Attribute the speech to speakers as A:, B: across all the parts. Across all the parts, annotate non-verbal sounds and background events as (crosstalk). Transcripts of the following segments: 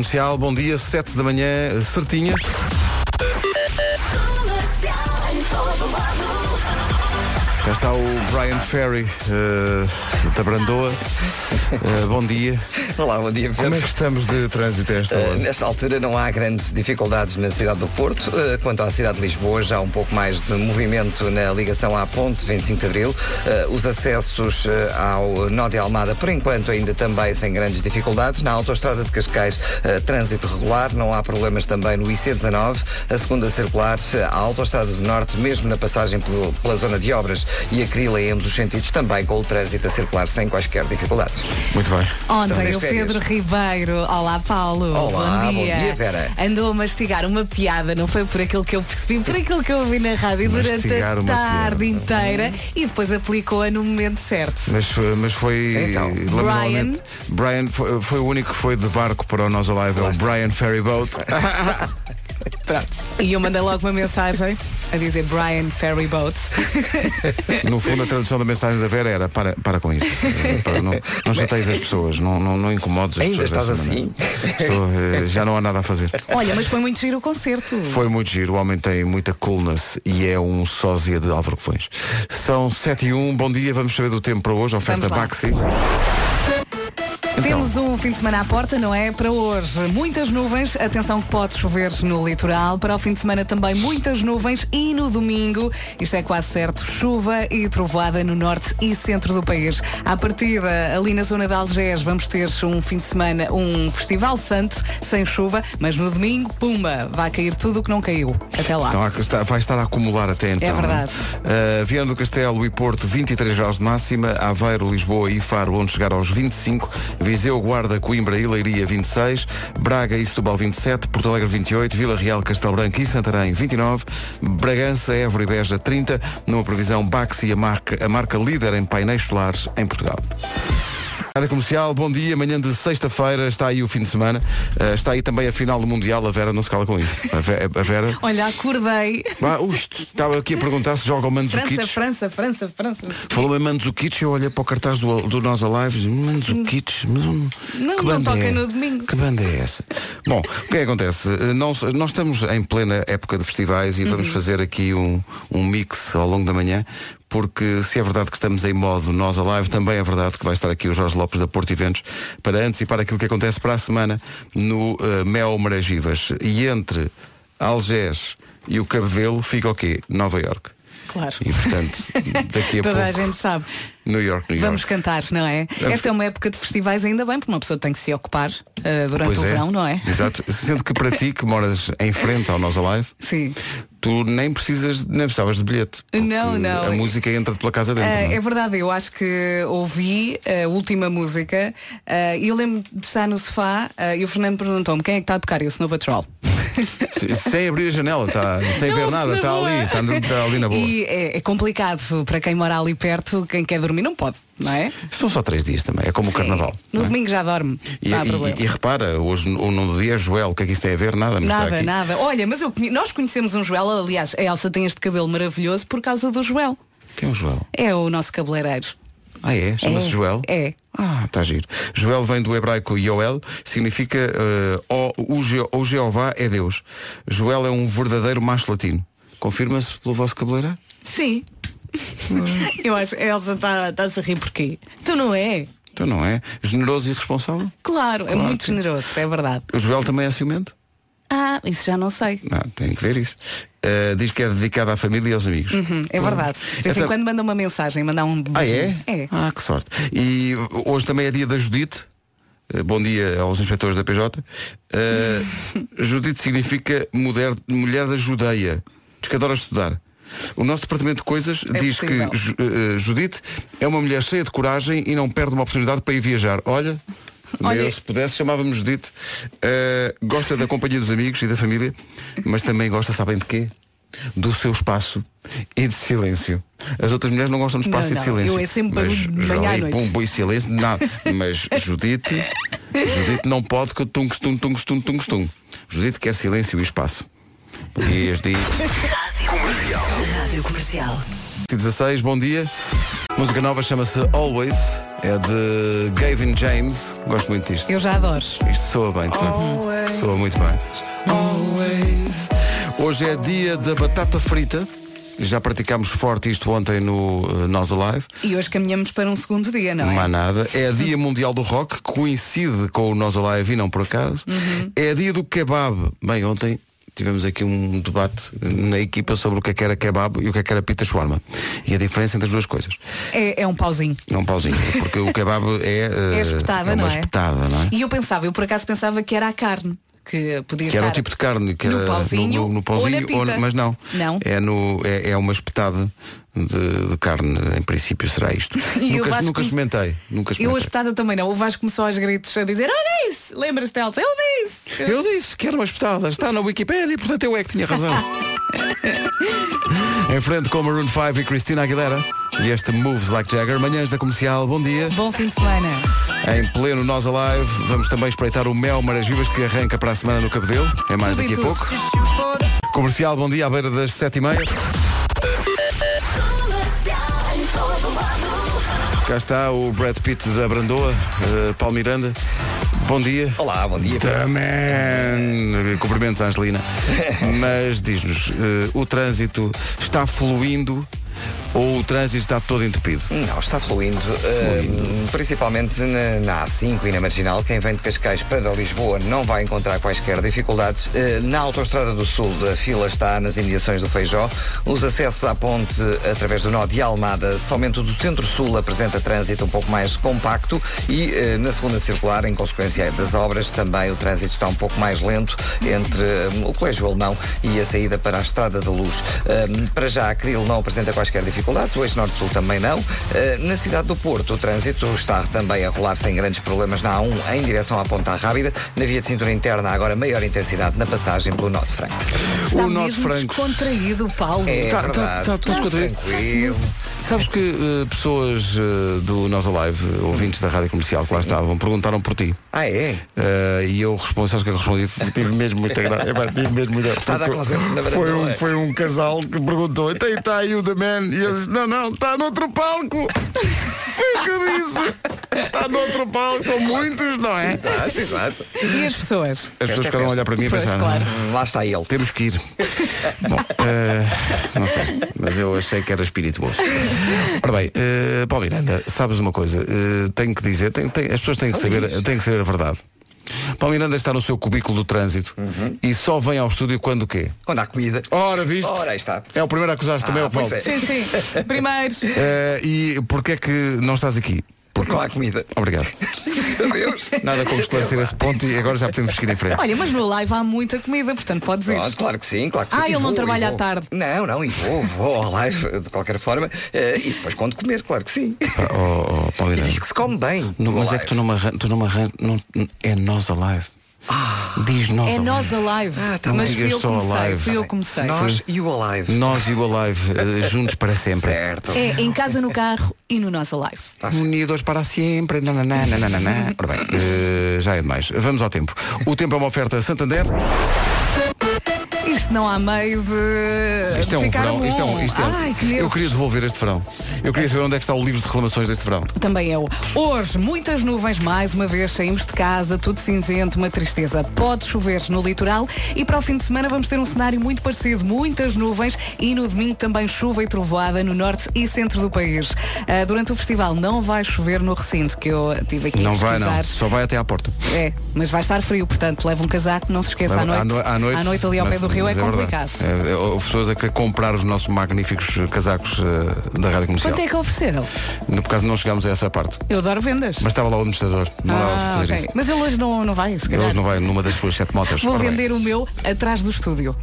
A: Comercial, bom dia, 7 da manhã, certinhas. Já está o Brian Ferry eh, da Brandoa. Eh, bom dia.
B: Olá, bom dia.
A: Como é que
B: Pedro.
A: estamos de trânsito a esta
B: Eh,
A: hora?
B: Nesta altura não há grandes dificuldades na cidade do Porto. Eh, Quanto à cidade de Lisboa, já há um pouco mais de movimento na ligação à Ponte 25 de Abril. Eh, Os acessos eh, ao Nó de Almada, por enquanto, ainda também sem grandes dificuldades. Na Autostrada de Cascais, eh, trânsito regular, não há problemas também no IC19. A segunda circular, eh, a Autostrada do Norte, mesmo na passagem pelo- pela zona de obras e a Crila, em ambos os sentidos, também com o trânsito a circular sem quaisquer dificuldades.
A: Muito bem.
B: Estamos
C: Ontem
B: em
C: o
B: férias.
C: Pedro Ribeiro, olá Paulo,
B: Olá,
C: bom,
B: bom
C: dia.
B: dia, Vera.
C: Andou a mastigar uma piada, não foi por aquilo que eu percebi, por aquilo que eu ouvi na rádio
A: Mastigar
C: durante
A: uma
C: a tarde
A: piada.
C: inteira e depois aplicou-a no momento certo.
A: Mas, foi- mas foi.
B: Então,
A: lamentavelmente, Brian foi, foi o único que foi de barco para o Nós Alive, é o Brian Ferry Boat.
C: E eu mandei logo uma mensagem a dizer Brian Ferry Boat.
A: No fundo, a tradução da mensagem da Vera era: para, para com isso. Eh, Para, não, não chateias as pessoas, não, não, não incomodes as
B: Ainda
A: pessoas.
B: estás
A: dessa
B: assim?
A: maneira. Estou, eh, já não há nada a fazer.
C: Olha, mas foi muito giro o concerto.
A: Foi muito giro, o homem tem muita coolness e é um sósia de Álvaro Cofões. São 7 e 1, bom dia, vamos saber do tempo para hoje, oferta
C: Vamos lá.
A: Baxi. Então.
C: Temos um fim de semana à porta, não é? Para hoje, muitas nuvens. Atenção que pode chover no litoral. Para o fim de semana também muitas nuvens. E no domingo, isto é quase certo, chuva e trovoada no norte e centro do país. À partida, ali na zona de Algés, vamos ter um fim de semana, um festival santo, sem chuva. Mas no domingo, pumba, vai cair tudo o que não caiu. Até lá. É
A: Então, há que estar- vai estar a acumular até então. não
C: verdade.
A: Uh, Viana do Castelo e Porto, 23 graus de máxima. Aveiro, Lisboa e Faro, onde chegar aos 25. Viseu, Guarda, Coimbra e Leiria, 26. Braga e Setúbal, 27. Porto Alegre, 28. Vila Real, Castelo Branco e Santarém, 29. Bragança, Évora e Beja, 30. Numa previsão, Baxi, a marca, a marca líder em painéis solares em Portugal. Rádio Comercial, bom dia. Manhã de sexta-feira está aí o fim de semana. Uh, está aí também a final do Mundial. A Vera não se cala com isso. A Ve- a Vera...
C: Olha, acordei.
A: Ah, ui, estava aqui a perguntar se joga o
C: França,
A: Mandzukic.
C: França, França, França.
A: Falou-me em Mandzukic e eu olhei para o cartaz do, do Nós Alive e disse, Mandzukic, mas um,
C: Não, não toca no domingo.
A: Que banda é essa? Bom, o que é que acontece? Eh, Nós, nós estamos em plena época de festivais e
C: Uhum.
A: vamos fazer aqui um, um mix ao longo da manhã. Porque se é verdade que estamos em modo nós alive, também é verdade que vai estar aqui o Jorge Lopes da Porto Eventos para antecipar aquilo que acontece para a semana no eh, Mel Maragivas. E entre Algés e o Cabedelo fica o quê? Nova York.
C: Claro. (laughs)
A: E portanto, daqui a
C: Toda
A: pouco.
C: a gente sabe.
A: New York, New
C: Vamos
A: York.
C: cantar, não é?
A: Vamos.
C: Esta é uma época de festivais, ainda bem, porque uma pessoa tem que se ocupar ah, durante
A: Pois
C: o
A: é.
C: verão, não é?
A: Exato. Sendo que para ti, que moras em frente ao Nós Alive,
C: Sim.
A: tu nem precisas, nem precisavas de bilhete. porque
C: Não, não.
A: A música entra-te pela casa dentro.
C: Ah,
A: não é?
C: é verdade, eu acho que ouvi a última música ah, e eu lembro de estar no sofá ah, e o Fernando perguntou-me quem é que está a tocar e o Snow Patrol.
A: Se- Sem abrir a janela, tá, sem
C: Não,
A: ver nada,
C: na
A: está
C: boa.
A: ali, está ali na boa.
C: E é, é complicado para quem mora ali perto, quem quer dormir não pode, não é?
A: São só três dias também, é como o carnaval.
C: No
A: não é?
C: domingo já dorme.
A: E, é,
C: não há
A: e-
C: problema.
A: e repara, hoje o nome do dia é Joel, o que é que isso tem a ver? Nada, mas está
C: Nada,
A: aqui.
C: nada. Olha, mas eu conhe- nós conhecemos um Joel, aliás, a Elsa tem este cabelo maravilhoso por causa do Joel.
A: Quem é o Joel?
C: É o nosso cabeleireiro.
A: Ah é? Chama-se
C: É,
A: Joel?
C: é.
A: Ah, está giro. Joel vem do hebraico Yoel, significa eh, o, o, Je- o Jeová é Deus. Joel é um verdadeiro macho latino. Confirma-se pelo vosso cabeleireiro?
C: Sim. (laughs) Eu acho que a Elsa está tá a se rir porquê. Tu não é?
A: Então não é? Generoso e responsável?
C: Claro, é
A: Claro
C: muito
A: que-
C: generoso, é verdade.
A: O Joel também é ciumento?
C: Ah, isso já não sei.
A: Não, tem que ver isso. Eh, diz que é dedicado à família e aos amigos.
C: Hum, é verdade. De vez em
A: Então-
C: quando manda uma mensagem, mandar um
A: Ah,
C: beijinho.
A: é? Ah, que sorte. E hoje também é dia da Judite. Eh, Bom dia aos inspectores da PJ.
C: (laughs)
A: Eh, Judite significa mulher, mulher da Judeia. Diz que adora estudar. O nosso departamento de coisas diz
C: É possível.
A: que Ju- eh, Judite é uma mulher cheia de coragem e não perde uma oportunidade para ir viajar. Olha,
C: Olha-
A: eu se pudesse chamava-me Judite. Eh, gosta da companhia dos amigos e da família, mas também gosta, sabem de quê? Do seu espaço e de silêncio. As outras mulheres não gostam de espaço
C: Não, não,
A: e de silêncio.
C: eu é sempre
A: Mas
C: barulho de manhã à
A: Jolie,
C: noite.
A: pum, boi silêncio, nada. Mas Judite, Judite não pode que eu tung tung tung tung tung tung. Judite quer silêncio e espaço. E as dias.
D: Rádio Comercial.
A: 16, bom dia. Música nova chama-se Always. É de Gavin James. Gosto muito disto.
C: Eu já adoro.
A: Isto soa bem, de facto. Soa muito bem. Hoje é dia da batata frita. Já praticámos forte isto ontem no eh, Nós Alive.
C: E hoje caminhamos para um segundo dia, não é?
A: Não há nada. É dia mundial do rock, que coincide com o Nós Alive e não por acaso.
C: Uhum.
A: É dia do kebab. Bem, ontem tivemos aqui um debate na equipa sobre o que é que era kebab e o que é que era pita shawarma. E a diferença entre as duas coisas.
C: É, é um pauzinho.
A: É um pauzinho, porque o kebab é, eh,
C: É espetada,
A: é uma
C: não é?
A: espetada, não é?
C: E eu pensava, eu por acaso pensava que era a carne. Que podia
A: Que era o
C: estar
A: tipo de carne que
C: no
A: era
C: pauzinho
A: no, no- no
C: ou
A: pauzinho,
C: na pita.
A: mas não.
C: Não.
A: É, no, é, é uma espetada de, de carne, em princípio será isto.
C: (laughs) E o
A: nunca
C: Vasco
A: nunca
C: come-
A: experimentei. Nunca
C: Eu a
A: experimentei.
C: espetada também não. O Vasco começou aos gritos a dizer, eu disse! Lembras-te, Elsa? Eu disse!
A: Eu disse que era uma espetada, está na Wikipédia, portanto eu é que tinha
C: (laughs)
A: razão. em frente com Maroon 5 e Cristina Aguilera. E este Moves Like Jagger, manhãs da comercial, bom dia.
C: Bom fim de semana.
A: Em pleno Nós Alive, vamos também espreitar o Mel Maras Vivas que arranca para a semana no Cabedelo. É mais
C: Tudo e
A: daqui a
C: tudo.
A: pouco. Comercial, bom dia, à beira das 7h30. Cá está o Brad Pitt da Brandoa, eh, Paulo Miranda. Bom dia.
B: Olá, bom dia.
A: Também. Cumprimentos à Angelina. Mas diz-nos, eh, o trânsito está fluindo ou o trânsito está todo entupido?
B: Não, está fluindo, eh, principalmente na, na A5 e na Marginal. Quem vem de Cascais para Lisboa não vai encontrar quaisquer dificuldades. Eh, na Autostrada do Sul, a fila está nas imediações do Feijó. Os acessos à ponte através do nó de Almada, somente o do Centro-Sul apresenta trânsito um pouco mais compacto e eh, na segunda circular, em consequência é das obras, também o trânsito está um pouco mais lento entre eh, o Colégio Alemão e a saída para a Estrada da Luz. Eh, para já, a Cril não apresenta quaisquer dificuldades, o Eixo Norte-Sul também não. Eh, na cidade do Porto, o trânsito está também a rolar sem grandes problemas na A1 em direção à Ponta Rábida. Na via de cintura interna, há agora maior intensidade na passagem pelo Norte Franco.
C: Está
A: o Norte
C: mesmo
A: Francos.
C: descontraído, Paulo.
B: É
A: Tá, tá,
B: verdade,
A: tá, todos
B: tudo
A: contra-
B: tranquilo.
A: Sabes que eh, pessoas eh, do Nós Alive, ouvintes da rádio comercial que lá estavam, perguntaram por ti.
B: Ah, é?
A: Eh, e eu respondi, sabes o que eu respondi? (laughs) Tive mesmo muita graça. Epá, tive mesmo muita
B: a dar concertos na varanda,
A: foi,
B: não
A: um,
B: é?
A: foi um casal que perguntou, então está aí o The Man? E eu disse, não, não, está noutro palco. (laughs) Foi o que eu disse. Está noutro palco, são muitos, não é?
B: Exato, exato.
C: E as pessoas?
A: As pessoas ficaram a olhar para mim e
C: Pois,
A: pensar,
C: claro.
B: Lá está ele.
A: temos que (laughs) ir. Bom, eh, não sei, mas eu achei que era espirituoso. Ora bem, eh, Paulo Miranda, sabes uma coisa? Eh, tenho que dizer, tenho- tenho- as pessoas têm que, saber, têm que saber a verdade. Paulo Miranda está no seu cubículo do trânsito e só vem ao estúdio quando o quê?
B: Quando há comida.
A: Ora, viste?
B: Ora, aí está.
A: É o primeiro a acusar-se também,
B: Ah,
A: ao Paulo.
B: pois
C: Sim, sim. Primeiros.
A: Eh, e porquê é que não estás aqui?
B: Porque não há comida.
A: Obrigado.
B: Adeus.
A: Nada
B: (laughs)
A: como esclarecer esse ponto e agora já podemos seguir em frente.
C: Olha, mas no live há muita comida, portanto podes ir.
B: Pronto, claro que sim, claro que sim.
C: Ah,
B: E
C: ele não
B: vou, e
C: trabalha à
B: vou.
C: tarde.
B: Não, não, e vou, vou ao live de qualquer forma eh, e depois quando comer, claro que sim. (laughs)
A: Pá, Oh, oh, Paulo
B: E
A: Miranda.
B: diz que se come bem.
A: Não,
B: no
A: mas é
B: live.
A: que tu não me arran- tu não me arran- não- É nós a live. Diz nós
C: É
A: a
C: nós
A: live.
C: a live.
B: Ah, tá
C: mas
A: bem.
C: fui eu
A: Só a
C: comecei,
A: live. tá
C: fui eu comecei.
B: Nós e o Alive.
A: Nós e o Alive, eh, juntos para sempre.
B: Certo.
C: É em casa, no carro e no nosso live.
A: Unidos para sempre. Nananã, nananã. Ora bem, eh, já é demais. Vamos ao tempo. O tempo é uma oferta Santander.
C: Isto não há meio de.
A: Isto é um
C: ficar
A: verão.
C: bom.
A: Isto é um, isto é um-
C: Ai, que
A: eu
C: nervos.
A: queria devolver este verão. Eu queria saber onde é que está o livro de reclamações deste verão.
C: Também eu. Hoje, muitas nuvens mais uma vez, saímos de casa, tudo cinzento, uma tristeza. Pode chover no litoral e para o fim de semana vamos ter um cenário muito parecido, muitas nuvens e no domingo também chuva e trovoada no norte e centro do país. Ah, durante o festival não vai chover no recinto que eu tive aqui
A: Não
C: a
A: vai,
C: pesquisar.
A: não. Só vai até à porta.
C: É, mas vai estar frio, portanto, leva um casaco, não se esqueça, à
A: Leva-
C: noite,
A: no- à noite,
C: ali ao pé
A: mas-
C: do rio é
A: mas verdade.
C: complicado.
A: É, é, houve pessoas a querer comprar os nossos magníficos eh, casacos eh, da rádio comercial.
C: Quanto é que ofereceram?
A: No- Por causa não chegámos a essa parte.
C: Eu adoro vendas.
A: Mas estava lá o administrador, não dava para
C: Ah,
A: fazer
C: ok.
A: isso.
C: Mas ele hoje não, não vai, se
A: Ele
C: calhar.
A: hoje não vai numa das suas sete motas.
C: Vou
A: Ora bem.
C: vender o meu atrás do estúdio.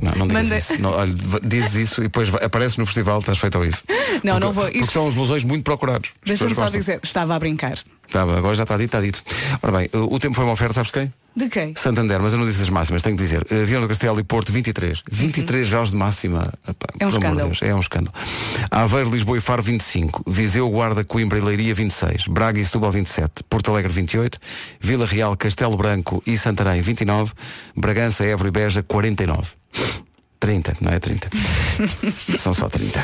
A: Não, não digas
C: Manda-
A: isso. Não, olha, v- dizes isso e depois vai- aparece no festival, estás feito ao vivo.
C: (laughs) Não,
A: porque,
C: não vou.
A: Porque
C: Isto-
A: são os blusões muito procurados. As
C: Deixa-me
A: pessoas
C: só
A: gostam.
C: dizer, estava a brincar.
A: Tá bem, agora já está dito, está dito. Ora bem, o o tempo foi uma oferta, sabes de quem?
C: De quem?
A: Santander, mas eu não disse as máximas, tenho que dizer. Eh, Viana do Castelo e Porto, 23. 23 graus de máxima. Epá,
C: Uhum. É um
A: pelo amor de
C: escândalo.
A: Deus, é um escândalo. Aveiro, Lisboa e Faro, 25. Viseu, Guarda, Coimbra e Leiria, 26. Braga e Setúbal, 27. Porto Alegre, 28. Vila Real, Castelo Branco e Santarém, 29. Bragança, Évora e Beja, 49.
C: (laughs)
A: 30, não é 30. São só 30.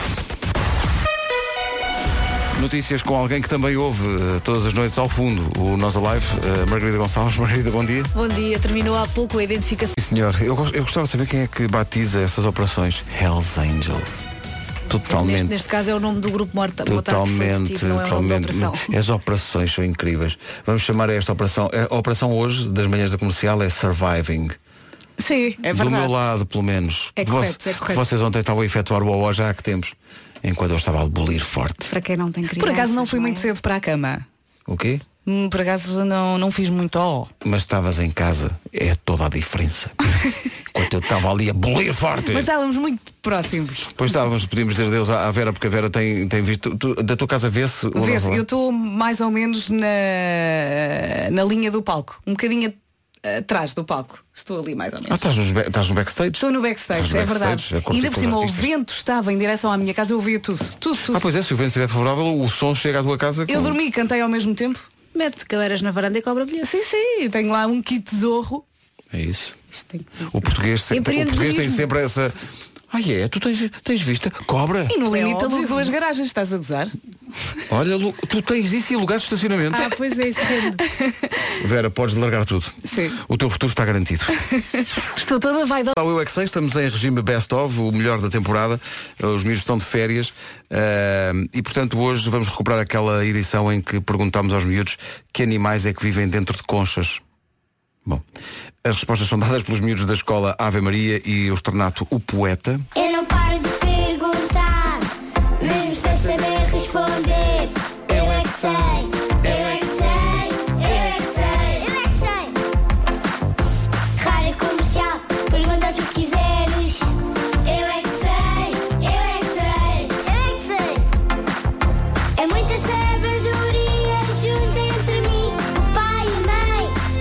A: Notícias com alguém que também ouve eh, todas as noites ao fundo o Nós Alive, eh, Margarida Gonçalves. (laughs) Margarida, bom dia.
D: Bom dia, terminou há pouco a identificação.
A: Sim, senhor. Eu, gos- eu gostava de saber quem é que batiza essas operações. Hells Angels. Totalmente.
D: Neste, neste caso é o nome do grupo morta.
A: Totalmente,
D: morta, não é o nome da
A: totalmente.
D: operação.
A: As operações são incríveis. Vamos chamar a esta operação. A operação hoje, das manhãs da comercial, é Surviving.
C: Sim, é
A: Do meu
C: verdade.
A: lado, pelo menos.
C: É
A: De
C: correto, é correto.
A: Vocês ontem estavam a efetuar o OO já há que temos, enquanto eu estava a abolir forte.
E: Para quem não tem crianças.
C: Por acaso não fui
E: é?
C: muito cedo para a cama.
A: O quê?
C: Hum, Por acaso não, não fiz muito ó.
A: Mas estavas em casa, é toda a
C: (laughs)
A: diferença. enquanto eu estava ali a abolir forte.
C: Mas estávamos muito próximos.
A: Pois estávamos, podíamos dizer adeus à à Vera, porque a Vera tem, tem visto. tu- da tua casa vê-se. o
C: Vê
A: Nova
C: eu estou mais ou menos na, na linha do palco. Um bocadinho a- atrás do palco. Estou ali mais ou
A: Ah,
C: menos.
A: estás, nos, ba- estás no backstage?
C: Estou no backstage,
A: Estás
C: é
A: no backstage,
C: verdade.
A: a curtir
C: Ainda
A: com
C: por
A: os
C: cima o
A: artistas.
C: vento estava em direção à minha casa, eu ouvia tudo. Tudo, tudo.
A: Ah, pois é, se o vento estiver favorável, o som chega à tua casa.
C: Eu
A: com-
C: dormi e cantei ao mesmo tempo.
D: Mete cadeiras na varanda e cobra bilhete.
C: Sim, sim, tenho lá um kit zorro.
A: É isso.
D: Isto tem que-
A: O português, se- o português tem
D: Empreendedorismo.
A: sempre essa. Ah, é? Tu tens, tens vista?
C: (laughs)
A: Cobra?
C: E no
D: É
C: limite alugo
D: óbvio.
C: duas garagens, estás a gozar?
A: Olha, Lu, tu tens isso e lugar de estacionamento.
D: Ah, pois é, isso
C: (laughs)
D: rende.
A: Vera, podes largar tudo.
C: Sim.
A: O teu futuro está garantido.
D: Estou toda vaidosa.
A: Está o Eu é que Sei, estamos em regime best of, o melhor da temporada. Os miúdos estão de férias. ahm, e portanto hoje vamos recuperar aquela edição em que perguntámos aos miúdos que animais é que vivem dentro de conchas. Bom, as respostas são dadas pelos miúdos da escola Ave Maria e o externato O Poeta.
F: Eu não paro de perguntar, mesmo sem saber responder. Eu é que sei, eu é que sei, eu é que sei, eu é que sei. Rádio comercial, pergunta o que quiseres. Eu é que sei, eu é que sei, eu é que sei. É muita sabedoria junta entre mim, o pai e a mãe.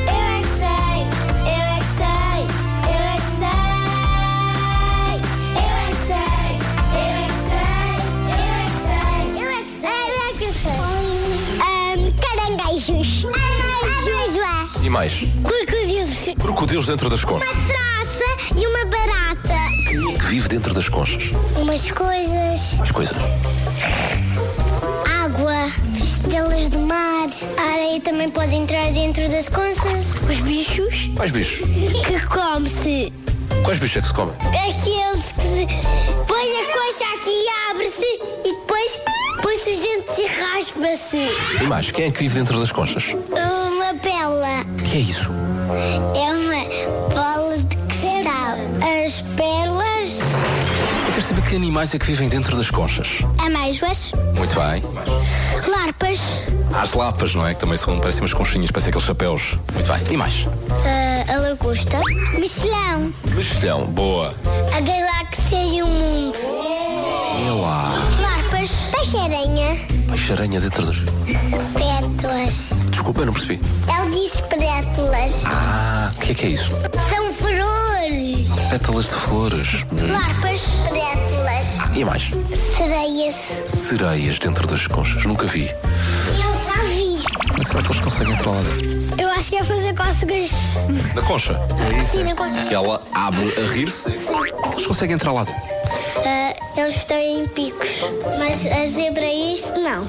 F: Eu é que sei, eu é que sei, eu é que sei. Eu é que sei, eu é que sei, eu é que sei, eu é que sei, eu é que sei. Caranguejos. Ameijoa.
G: E mais,
F: Crocodilos.
G: crocodilos dentro das conchas. é
F: traça e uma barata.
G: Que vive dentro das conchas.
F: Umas coisas.
G: As coisas.
F: Água. Estrelas do mar. A areia também pode entrar dentro das conchas. Os bichos.
G: Quais bichos?
F: Que come-se.
G: Quais bichos é que se comem?
F: Aqueles que se põe a coxa aqui e abre-se e depois põe-se os dentes e raspa-se.
G: E mais, quem é que vive dentro das conchas?
F: Uma bela
G: Que é isso?
F: é uma bola de cristal. As pérolas,
G: Eu quero saber que animais é que vivem dentro das conchas.
F: amêijoas,
G: Muito bem.
F: larpas,
G: Há as lapas, não é? Que também são, parecem umas conchinhas, parecem aqueles chapéus. Muito bem. E mais?
F: ah, a lagosta, mexilhão,
G: Mexilhão, boa.
F: a galáxia e o mundo,
G: É lá.
F: larpas, peixe-aranha,
G: Peixe-aranha dentro das...
F: pétalas.
G: Desculpa, eu não percebi.
F: Ele disse pétalas.
G: Ah, o que é que é isso?
F: São flores.
G: Pétalas de flores. Hum.
F: Larpas, pétalas,
G: E mais?
F: sereias.
G: Sereias dentro das conchas. Nunca vi.
F: Eu já vi.
G: Como é que será que eles conseguem entrar lá dentro?
F: Eu acho que é fazer cócegas.
G: Na concha.
F: Sim, na
G: E ela abre a rir-se. Eles conseguem entrar lá dentro.
F: Ah, eles têm picos, mas a zebra isso não.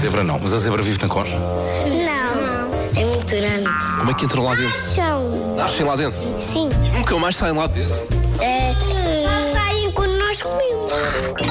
G: Zebra não, mas a zebra vive na concha.
F: Não. É muito grande.
G: Como é que entrou lá dentro?
F: São,
G: Nascem lá dentro.
F: sim.
G: Nunca mais saem lá de dentro.
F: É, só saem quando nós comemos.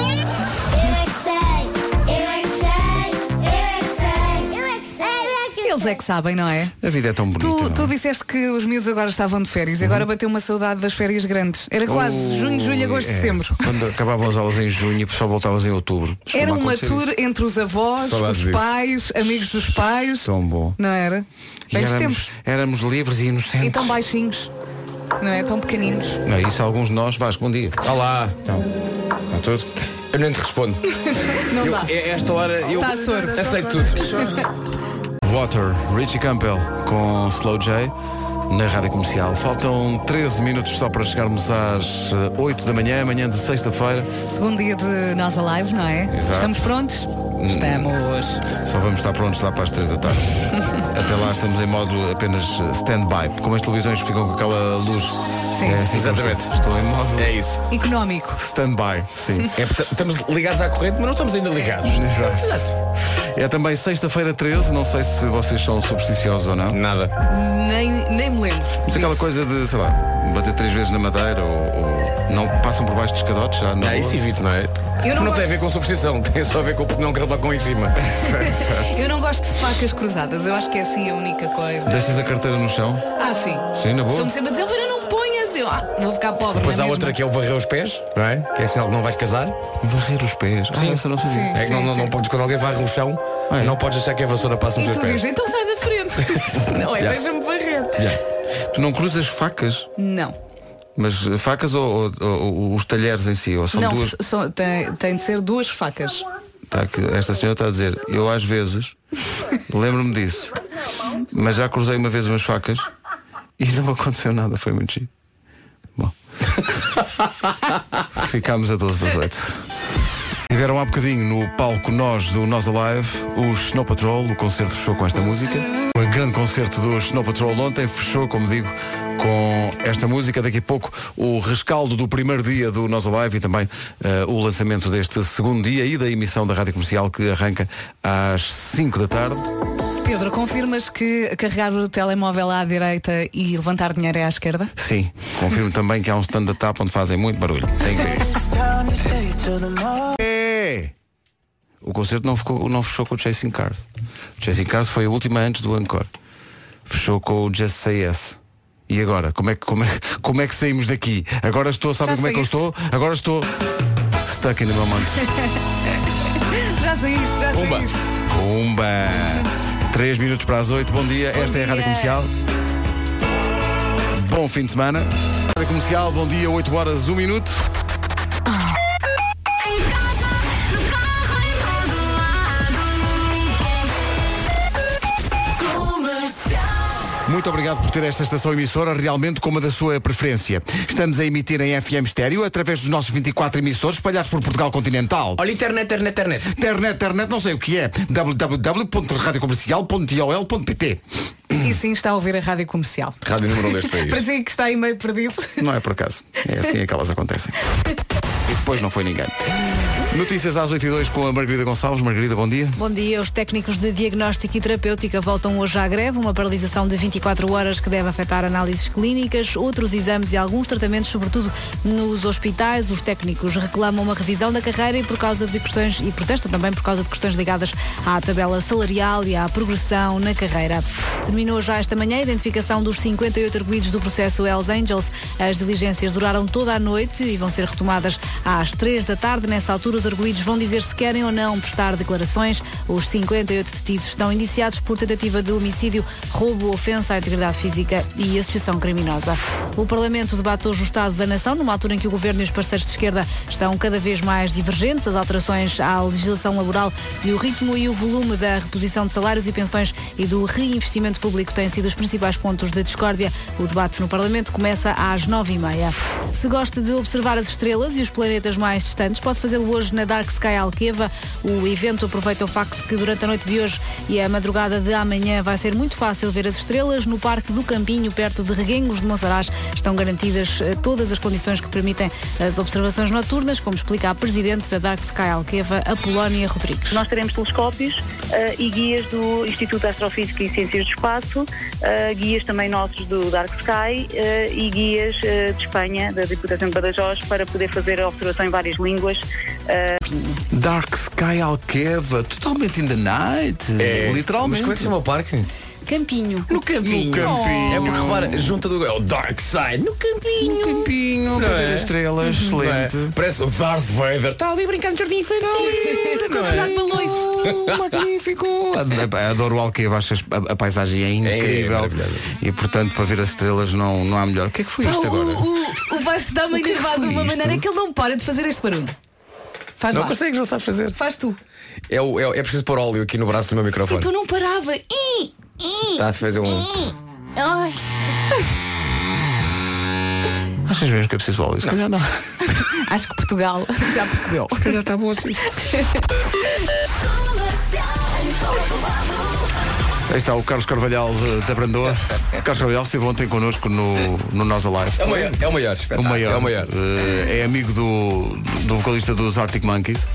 F: Eu é que sei, eu é que sei, eu é que sei, eu é que sei, eu é que
C: Eles é que sabem, não é?
A: A vida é tão bonita.
C: Tu,
A: não é?
C: tu disseste que os miúdos agora estavam de férias e agora
A: Uhum.
C: bateu uma saudade das férias grandes. Era quase
A: Ui,
C: junho, julho, agosto,
A: é.
C: setembro.
A: (laughs) Quando acabavam as aulas em junho e só voltavas em outubro.
C: Era
A: Costuma
C: uma
A: acontecer
C: tour
A: isso.
C: entre os avós,
A: Saudades
C: os
A: disso.
C: pais, amigos dos pais.
A: Tão bom.
C: Não era?
A: E
C: Bem
A: éramos,
C: tempos. Então
A: éramos livres e inocentes.
C: E tão baixinhos. Não é? Tão pequeninos.
A: Não, isso alguns de nós vais com um dia. Olá. Então, está tudo?
H: Eu nem te respondo.
C: Não
H: Eu-
C: dá.
H: é esta hora eu
C: Está sordo.
H: aceito tudo.
A: Water, Richie Campbell com Slow J na rádio comercial. Faltam 13 minutos só para chegarmos às eh, 8 da manhã, manhã de sexta-feira.
C: Segundo dia de nós Alive, não é?
A: Exato. Hum.
C: Estamos prontos? Estamos.
A: Só vamos estar prontos lá para as 3 da tarde. Até lá estamos em modo apenas eh, stand-by. Como as televisões ficam com aquela luz.
C: Sim.
A: assim que eu
H: Exatamente.
A: Estou, estou em modo
H: É isso.
C: Económico.
A: stand-by. Sim.
H: É, portanto, estamos ligados à corrente, mas não estamos ainda ligados.
A: É também sexta-feira 13. Não sei se vocês são supersticiosos ou não.
H: Nada.
C: Nem, nem me lembro.
A: Mas aquela
C: disso.
A: coisa de, sei lá, bater três vezes na madeira ou, ou não passam por baixo dos cadotes já não.
H: É isso evito, não é?
C: Eu
H: tem
C: não
H: a
C: gosto-
H: ver com superstição, (laughs) tem só a ver com o não querer levar com em cima.
C: (laughs) Eu não gosto de facas cruzadas. Eu acho que é assim a única coisa.
A: Deixas a carteira no chão?
C: Ah, sim.
A: Sim, na boa.
C: Estão-me sempre a dizer, Vera, não ponhas. Eu ah, vou ficar pobre.
H: Depois
C: não
H: há
C: é mesmo?
H: outra que é o varrer os pés, não é? Que é sinal que não vais casar.
A: Varrer os pés. Ah, essa não sabia.
H: é que não,
C: sim,
H: não,
C: sim.
H: não podes, quando alguém varre o chão,
A: Ah, é?
H: não podes achar que a vassoura passa nos
C: E
H: teus
C: tu
H: pés.
C: dizes, então sai da frente. (laughs) não é,
H: Já.
C: deixa-me varrer.
A: Yeah. Tu não cruzas facas,
C: Não.
A: mas eh, facas ou, ou- ou os talheres em si? Ou são
C: não,
A: duas.
C: são- tem, tem de ser duas facas.
A: Tá, que esta senhora está a dizer, eu às vezes lembro-me disso, mas já cruzei uma vez umas facas e não aconteceu nada, foi muito giro. Bom, ficámos a 12 das 8. Tiveram há bocadinho no palco Nós do Nós Alive o Snow Patrol, o concerto fechou com esta música. O grande concerto do Snow Patrol ontem fechou, como digo, com esta música. Daqui a pouco o rescaldo do primeiro dia do Nós Alive e também eh, o lançamento deste segundo dia e da emissão da Rádio Comercial que arranca às 5 da tarde.
C: Pedro, confirmas que carregar o telemóvel à direita e levantar dinheiro é à esquerda?
A: Sim, confirmo também que há um stand da tapa onde fazem muito barulho. Tem que ver isso. É. O concerto não, ficou, não fechou com o Chasing Cars. O Chasing Cars foi a última antes do Encore. Fechou com o Just Say Yes. E agora? Como é que, como é, que- como é que saímos daqui? Agora estou, sabem
C: Já
A: como é que eu estou? Agora estou stuck in the moment.
C: Já saíste, já
H: Pumba.
C: saíste.
A: Pumba! 3 minutos para as 8, bom dia, esta é a
C: dia.
A: Rádio Comercial. Bom fim de semana. Rádio Comercial, bom dia, 8 horas, 1 minuto. Muito obrigado por ter esta estação emissora realmente como a da sua preferência. Estamos a emitir em FM estéreo através dos nossos 24 emissores espalhados por Portugal continental.
H: Olha, internet, internet, internet.
A: Internet, internet, não sei o que é. www.radiocomercial.iol.pt
C: E sim está a ouvir a rádio comercial.
H: Rádio número 1 deste
G: (laughs)
H: país.
C: Parecia que está aí meio perdido.
A: Não é por acaso. É assim que elas acontecem. E depois não foi ninguém. Notícias às 8 e 2 com a Margarida Gonçalves. Margarida, bom dia.
D: Bom dia. Os técnicos de diagnóstico e terapêutica voltam hoje à greve. Uma paralisação de 24 horas que deve afetar análises clínicas, outros exames e alguns tratamentos, sobretudo nos hospitais. Os técnicos reclamam uma revisão da carreira e por causa de questões e protestam também por causa de questões ligadas à tabela salarial e à progressão na carreira. Terminou já esta manhã a identificação dos 58 arguídos do processo Hells Angels. As diligências duraram toda a noite e vão ser retomadas às 3 da tarde. Nessa altura, os arguídos vão dizer se querem ou não prestar declarações. Os 58 detidos estão indiciados por tentativa de homicídio, roubo, ofensa à integridade física e associação criminosa. O Parlamento debate hoje o Estado da Nação, numa altura em que o Governo e os parceiros de esquerda estão cada vez mais divergentes. As alterações à legislação laboral e o ritmo e o volume da reposição de salários e pensões e do reinvestimento público têm sido os principais pontos de discórdia. O debate no Parlamento começa às nove e meia. Se gosta de observar as estrelas e os planetas mais distantes, pode fazê-lo hoje na Dark Sky Alqueva. O evento aproveita o facto de que durante a noite de hoje e a madrugada de amanhã vai ser muito fácil ver as estrelas no Parque do Campinho, perto de Reguengos de Monsaraz. Estão garantidas eh, todas as condições que permitem as observações noturnas, como explica a presidente da Dark Sky Alqueva, Apolónia Rodrigues.
E: Nós teremos telescópios eh, e guias do Instituto de Astrofísica e Ciências do Espaço, eh, guias também nossos do Dark Sky eh, e guias eh, de Espanha, da Diputação de Badajoz, para poder fazer a observação em várias línguas. eh,
A: Dark Sky Alqueva, totalmente in the night.
H: Mas como é que se chama o parque?
D: Campinho.
H: No campinho.
A: No campinho.
H: É porque repara, junta do. É o Dark Side. No campinho.
A: Um campinho Uhum. para
H: Não
A: ver
H: é?
A: as estrelas, excelente.
H: Não é? Parece o Darth Vader. Tá Está ali a brincar no jardim infantil. Não é?
A: Oh, Magnífico! Ad- Adoro o Alqueva, acho as- a, a paisagem é incrível.
H: maravilhosa.
A: e portanto, para ver as estrelas não, não há melhor. O que é que foi isto
C: o,
A: agora?
C: o, o Vasco dá-me
A: que
C: enervado de
A: foi
C: uma
A: isto?
C: maneira que ele não para de fazer este barulho. Faz
H: Não
C: lá.
H: consegues, não sabes fazer.
C: Faz tu.
H: É, o- é, o- é preciso pôr óleo aqui no braço do meu
C: E
H: microfone. Tá
C: tu não parava. Ih!
H: Está a fazer um.
F: Ai.
A: Achas mesmo que é preciso óleo? Se calhar não.
C: Acho que Portugal já percebeu.
A: Se calhar está bom assim. Aí está o Carlos Carvalhal de- da Brandoa. Carlos Carvalhal esteve ontem connosco no, no Nós Alive.
G: É o maior. É o maior.
A: O maior.
G: É o maior.
A: Eh, é amigo do, do vocalista dos Arctic Monkeys.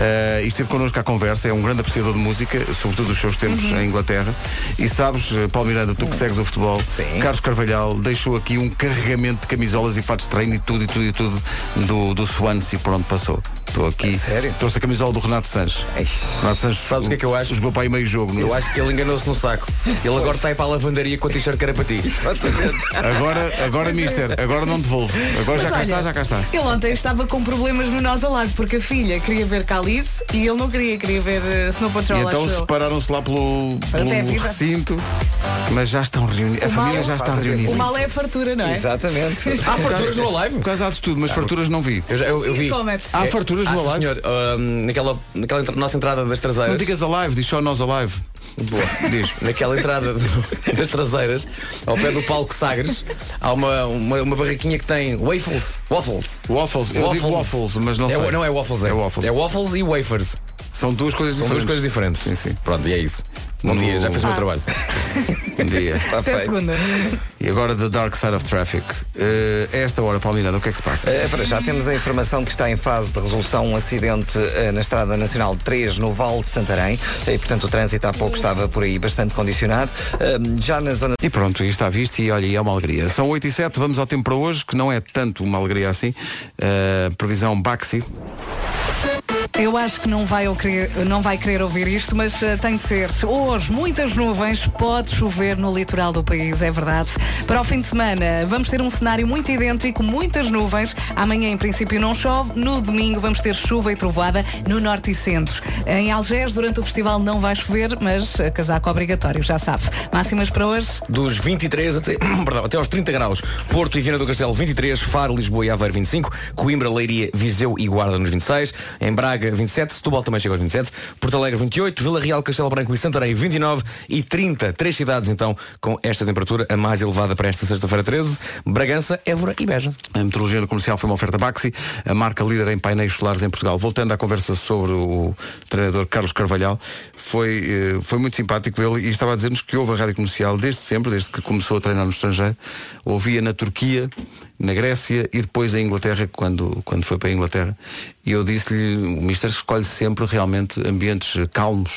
A: Eh, e esteve connosco à conversa. É um grande apreciador de música, sobretudo dos seus tempos
G: Uhum.
A: em Inglaterra. E sabes, eh, Paulo Miranda, tu que segues o futebol,
B: Sim.
A: Carlos Carvalhal deixou aqui um carregamento de camisolas e fatos de treino e tudo, e tudo, e tudo do, do Swansea por onde passou. Estou aqui.
B: É sério?
A: Trouxe a camisola do Renato Sanches.
B: Eish.
A: Renato Sanches
G: É. Sabes o que é que eu acho?
A: Jogou para aí meio jogo. não
G: Eu
A: sei.
G: acho que ele enganou-se no saco. Ele agora
H: tá
G: está aí para a lavandaria com o t-shirt que era para ti.
A: Agora, agora mister, agora não devolvo. Agora já cá
C: é (laughs) olha,
A: está, já cá está.
C: Ele ontem estava com problemas no Nós Alive porque a filha queria ver Calice e ele não queria, queria ver eh, Snow
A: E
C: Patrol.
A: então
C: acho eu.
A: separaram-se lá pelo,
C: Até a
A: pelo
C: vida.
A: recinto, mas já estão reunidos. A
C: mal-
A: família já está
B: Faz a vida.
A: reunida.
C: O mal é a fartura, não é? (laughs)
B: Exatamente.
G: Há farturas no live?
A: Por causa há de tudo,
G: Ah,
A: mas farturas não vi.
G: Eu, já- eu, eu vi.
C: Como é possível?
A: Há farturas
G: Ah,
A: no
G: sim,
A: live.
G: senhor, ahm, naquela, naquela entra- nossa entrada das traseiras.
A: Não digas alive, diz só nós alive.
G: Boa.
A: Diz.
G: Naquela entrada do- (laughs) das traseiras, ao pé do palco Sagres, há uma, uma, uma barraquinha que tem waffles. Waffles.
A: Waffles. Eu digo waffles, mas não
G: é,
A: sei.
G: Não é waffles, é.
A: É waffles.
G: É waffles e wafers.
A: São duas coisas
G: São duas
A: diferentes.
G: coisas diferentes. Sim, sim. Pronto, e é isso. Bom
A: No-
G: dia, já fez o meu
A: Ah.
G: trabalho.
A: Bom Um dia.
B: Está
C: Até
B: feito.
C: segunda. é?
A: E agora The Dark Side of Traffic. Eh, a esta hora, Palmeira, o que é que se passa?
B: Eh, Para já temos a informação que está em fase de resolução um acidente eh, na Estrada Nacional 3 no Val de Santarém Eh, e, portanto, o trânsito há pouco estava por aí bastante condicionado. Eh, Já na zona
A: E pronto, isto está visto e olha, e é uma alegria. São 8 e 7, vamos ao tempo para hoje, que não é tanto uma alegria assim. Eh, previsão Baxi.
C: Eu acho que não vai, eu querer, não vai querer ouvir isto, mas eh, tem de ser. Hoje, muitas nuvens, pode chover no litoral do país, é verdade. Para o fim de semana, vamos ter um cenário muito idêntico, muitas nuvens. Amanhã, em princípio, não chove. No domingo, vamos ter chuva e trovoada no norte e centro. Em Algés, durante o festival, não vai chover, mas eh, casaco obrigatório, já sabe. Máximas para hoje?
G: Dos 23 até, (coughs) perdão, até aos 30 graus. Porto e Viana do Castelo 23, Faro, Lisboa e Aveiro 25, Coimbra, Leiria, Viseu e Guarda nos 26, em Braga 27, Setúbal também chega aos 27, Porto Alegre 28, Vila Real, Castelo Branco e Santarém 29 e 30. Três cidades então com esta temperatura, a mais elevada para esta sexta-feira 13, Bragança, Évora e Beja.
A: A meteorologia no comercial foi uma oferta Baxi, a marca líder em painéis solares em Portugal. Voltando à conversa sobre o treinador Carlos Carvalhal, foi, eh, foi muito simpático ele e estava a dizer-nos que houve a rádio comercial desde sempre, desde que começou a treinar no estrangeiro. Ouvia na Turquia, na Grécia e depois em Inglaterra, quando, quando foi para a Inglaterra. E eu disse-lhe, o Mister escolhe sempre realmente ambientes calmos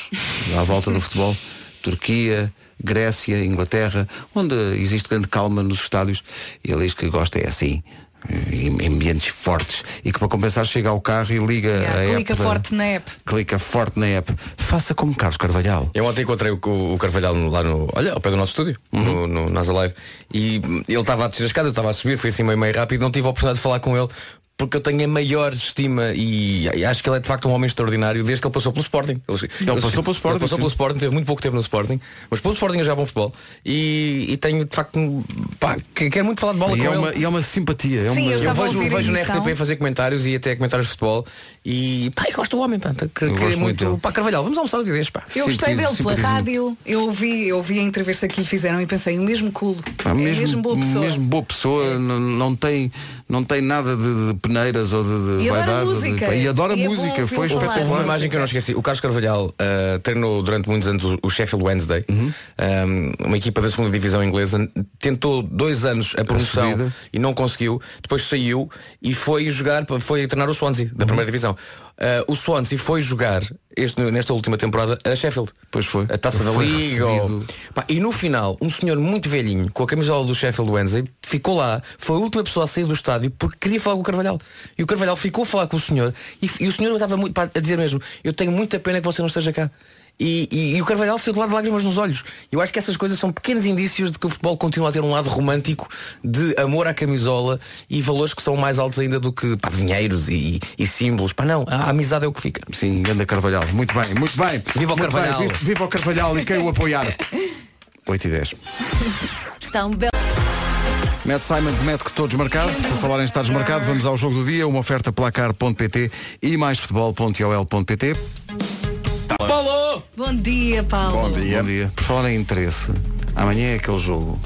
A: à volta do futebol. Turquia, Grécia, Inglaterra, onde existe grande calma nos estádios. E ele diz que gosta é assim, em em ambientes fortes. E que para compensar chega ao carro e liga
C: Yeah,
A: a
C: clica
A: app da-
C: forte na app.
A: Clica forte na app. Faça como Carlos Carvalhal.
G: Eu ontem encontrei o, o Carvalhal no- lá no. Olha, ao pé do nosso estúdio, no,
A: Uhum.
G: no Nasa Live. E hum, ele estava a descer a escada, eu estava a subir, foi assim meio meio rápido, não tive a oportunidade de falar com ele. Porque eu tenho a maior estima e e acho que ele é de facto um homem extraordinário desde que ele passou pelo Sporting. Ele,
A: passou pelo Sporting,
G: Ele passou
A: sim.
G: pelo Sporting, teve muito pouco tempo no Sporting, mas pelo Sporting eu já bom futebol. E, e tenho de facto um- pá, que- quero muito falar de bola
A: E
G: com
A: é
G: ele.
A: uma, e é uma simpatia. É
C: Sim,
A: uma...
C: eu
G: Eu
C: estava a
G: vejo,
C: ouvir a
G: vejo na
C: emissão.
G: RTP fazer comentários e até comentários de futebol e pá, eu gosto do homem, pá, que- queria
A: gosto muito
G: muito.
A: dele.
G: pá, Carvalhal, vamos almoçar de vez, pá.
C: Eu gostei dele
A: Simpatizo,
C: pela
A: simpatizo
C: rádio, eu ouvi, eu ouvi a entrevista que lhe fizeram e pensei, o mesmo culo,
A: Pá,
C: é mesmo boa pessoa.
A: Ah,
C: É.
A: mesmo boa pessoa, n- não, tem, não tem nada de, de peneiras ou de, de
C: E adora
A: vaidades. ou de-
C: música.
A: pá, e adora
C: E é bom
A: música,
C: ouvi-lo
A: foi
C: falar.
A: espetacular.
G: Houve uma
C: Claro.
G: imagem que eu não esqueci. O Carlos Carvalhal ah, treinou durante muitos anos o- o Sheffield Wednesday,
A: Uhum.
G: Ah, uma equipa da segunda divisão inglesa. Tentou dois anos a promoção
A: subida.
G: e não conseguiu. Depois saiu e foi jogar, pa- foi treinar o Swansea
A: Uhum.
G: da primeira divisão. Ah, o Swansea foi jogar este- nesta última temporada a Sheffield.
A: Pois foi.
G: A taça da
A: Foi
G: Liga.
A: recebido.
G: ou- Pá, e no final, um senhor muito velhinho, com a camisola do Sheffield Wednesday, ficou lá, foi a última pessoa a sair do estádio porque queria falar com o Carvalhal. E o Carvalhal ficou a falar com o senhor e, e o senhor estava muito, pá, a dizer mesmo, eu tenho muita pena que você não esteja cá. E, e- e o Carvalhal saiu de lá de lágrimas nos olhos. Eu acho que essas coisas são pequenos indícios de que o futebol continua a ter um lado romântico de amor à camisola e valores que são mais altos ainda do que pá, dinheiros e, e símbolos. Pá, não, a amizade é o que fica.
A: Sim, ganda Carvalhal. Muito bem, muito bem.
G: Viva o
A: Muito
G: Carvalhal.
A: bem, vi- Viva o Carvalhal e quem o apoiar. 8 e 10.
D: Está um belo.
A: Matt Simons mete que todos marcados. Por falar em estar desmarcado, vamos ao jogo do dia. Uma oferta placar.pt e maisfutebol.ol.pt.
G: Paulo!
C: Bom dia, Paulo.
A: Bom dia. Por falar em interesse, amanhã é aquele jogo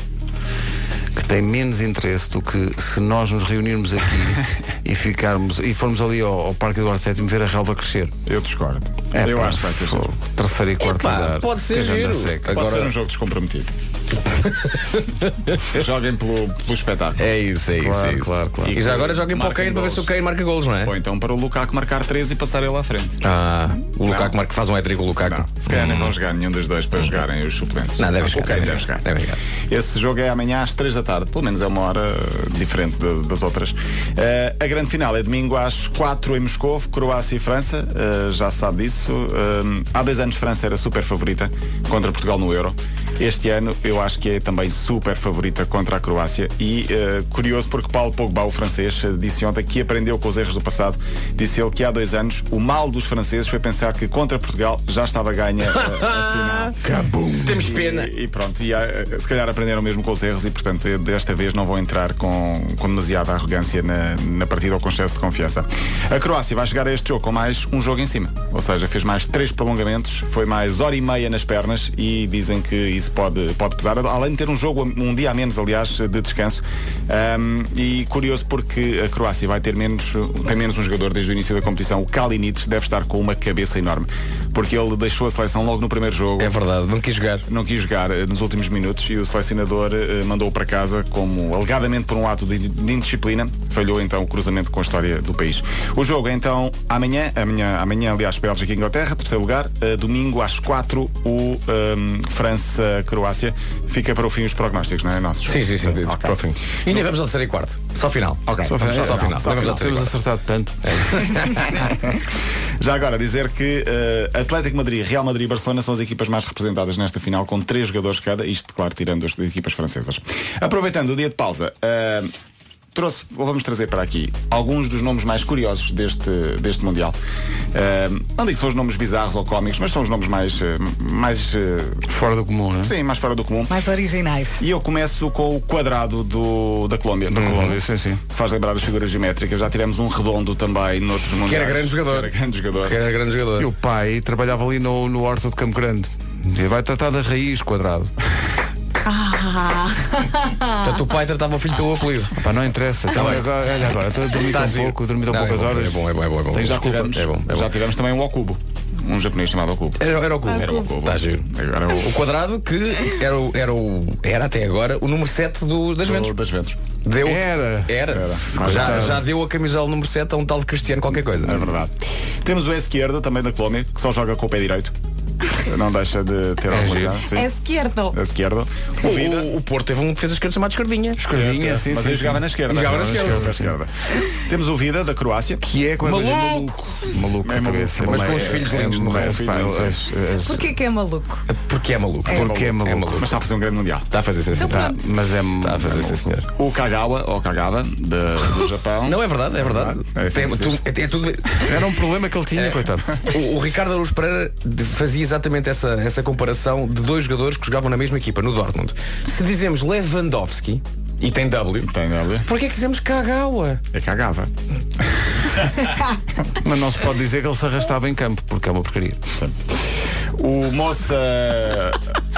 A: que tem menos interesse do que se nós nos reunirmos aqui
I: (laughs)
A: e ficarmos e formos ali ao, ao Parque Eduardo VII ver a relva crescer.
I: Eu discordo.
A: É,
I: eu
A: pá,
I: acho que vai ser
A: pô,
I: giro.
A: Terceiro e quarto
G: Epá,
A: lugar.
G: pode ser
A: Que ganda
G: giro.
A: seca.
I: Pode
G: Agora-
I: ser um jogo descomprometido. (laughs) Joguem pelo, pelo espetáculo.
G: É isso, é isso.
A: Claro,
G: é isso.
A: claro, claro.
G: E já agora joguem para o
I: Marquem
G: Kane para ver se o
I: golos.
G: Kane marca golos, não é?
I: Ou então para o Lukaku marcar 13 e passar ele à frente.
G: Ah, o Lukaku
I: Não.
G: marca, faz um étrico o Lukaku.
I: Não, se calhar nem vão jogar nenhum dos dois para jogarem os suplentes.
G: Não, deve jogar,
I: O Kane
G: deve
I: deve
G: jogar,
I: jogar.
G: deve jogar.
I: Esse jogo é amanhã às 3 da tarde, pelo menos é uma hora eh, diferente de- das outras. Eh, a grande final é domingo às 4 em Moscou, Croácia e França, eh, já se sabe disso. Eh, há dois anos França era super favorita contra Portugal no Euro. Este ano eu acho que é também super favorita contra a Croácia e eh, curioso porque Paulo Pogba, o francês, eh, disse ontem que aprendeu com os erros do passado. Disse ele que há dois anos o mal dos franceses foi pensar que contra Portugal já estava ganha eh, a final.
G: Temos
I: E-
G: pena.
I: E, pronto, e, ah, se calhar aprenderam mesmo com os erros e, portanto, eh, desta vez não vão entrar com, com demasiada arrogância na, na partida ou com excesso de confiança. A Croácia vai chegar a este jogo com mais um jogo em cima. Ou seja, fez mais três prolongamentos, foi mais hora e meia nas pernas e dizem que isso pode, pode pesar. Além de ter um jogo, a- um dia a menos, aliás, de descanso. Ahm, e curioso porque a Croácia vai ter menos, tem menos um jogador desde o início da competição. O Kalinic deve estar com uma cabeça enorme. Porque ele deixou a seleção logo no primeiro jogo
G: É verdade, não quis jogar.
I: não quis jogar eh, nos últimos minutos e o selecionador eh, mandou-o para casa como alegadamente por um ato de, de indisciplina. Falhou então o cruzamento com a história do país. O jogo é então amanhã, amanhã, amanhã aliás, Bélgica e Inglaterra, terceiro lugar, Eh, domingo às quatro o ehm, França-Croácia. Fica para o fim os prognósticos, não é? Nossos.
G: Sim, sim, sim.
I: Ok.
G: Para o fim. E nem vamos ao terceiro e quarto. Só final.
I: Ok.
G: Só final. Só, só final.
I: Só
G: Não vamos ao
I: final.
G: terceiro e
A: Temos
G: quarto.
A: acertado tanto.
I: Já agora, dizer que eh, Atlético Madrid, Real Madrid e Barcelona são as equipas mais representadas nesta final, com três jogadores cada, isto, claro, tirando as equipas francesas. Aproveitando o dia de pausa. eh, Trouxe, ou vamos trazer para aqui alguns dos nomes mais curiosos deste, deste Mundial. Eh, não digo que são os nomes bizarros ou cómicos, mas são os nomes mais, eh, mais eh,
A: Fora do comum, não é?
I: sim, mais fora do comum.
C: Mais originais.
I: E eu começo com o quadrado do, da Colômbia.
A: Da Colômbia, sim, sim.
I: Que faz lembrar as figuras geométricas. Já tivemos um redondo também noutros mundiais.
G: grande jogador.
I: Que era grande jogador.
G: Que era grande jogador.
A: E o pai trabalhava ali no, no Horto de Campo Grande. Dizia, vai tratar da raiz quadrado.
G: Portanto, o pai tratava o filho pelo apelido. Tá
A: Pá, não interessa. Então,
G: bem.
A: agora, olha agora, estou a dormir
G: Tá
A: tão
G: giro.
A: pouco, dormi tão
G: Não,
A: poucas
G: é bom,
A: horas.
G: É bom, é bom, é bom. é bom.
I: Tem, Então já
G: Desculpa.
I: tivemos,
G: É bom, é
I: já
G: bom.
I: tivemos também um Ocubo. Um japonês chamado Ocubo.
G: Era, era o cubo.
I: Era o Ocubo.
G: Tá giro.
I: Era
G: O
I: o
G: quadrado que era, o, era, o, era até agora o número 7 do, das
I: do-
G: Juventus.
I: das Ventos.
G: Deu,
A: Era.
G: Era.
I: Mas
G: Ah, Já,
I: era.
G: já deu a camisola número 7 a um tal de Cristiano qualquer coisa.
I: É verdade. Temos o esquerda também da Colômbia, que só joga com o pé
G: (laughs)
I: direito. Não deixa de ter alguma
A: giro.
I: qualidade. Sim.
C: É esquerdo.
I: A esquerda. O Vida.
G: O, o Porto teve um defesa esquerda chamado Escardinha.
A: Escadinha, sim,
I: mas
A: sim,
I: ele
A: sim.
I: jogava na esquerda.
G: Jogava na
I: Na esquerda. Temos o Vida da Croácia.
A: Que é quando
G: Maluco!
A: é maluco. Maluco,
I: É
A: a
I: maluco,
A: cabeça.
I: mas
A: é-
I: com os
A: é-
I: filhos
A: é-
I: lindos, não é?
A: é-
I: O filho
A: pá,
I: lindo,
A: as- as-
C: Porquê que é maluco?
G: Porque é maluco.
A: Porque é maluco.
I: Mas está a fazer um grande mundial.
G: Está a fazer sim, senhor.
A: Tá, mas é
G: Está a fazer sim, senhor.
I: O Kagawa, ou Kagawa, de-
G: (laughs)
I: do Japão.
G: Não, é verdade, é verdade.
I: É assim
G: Tem-
I: que se
G: tu- é- é tudo-
A: Era um problema que ele tinha, coitado.
G: o, o Ricardo Aruz Pereira de- fazia exatamente essa, essa comparação de dois jogadores que jogavam na mesma equipa, no Dortmund. Se dizemos Lewandowski, e tem W,
I: Tem, olha.
G: porquê é que dizemos Kagawa?
I: É Kagawa.
A: Mas não se pode dizer que ele se arrastava em campo, porque é uma porcaria.
I: O Moça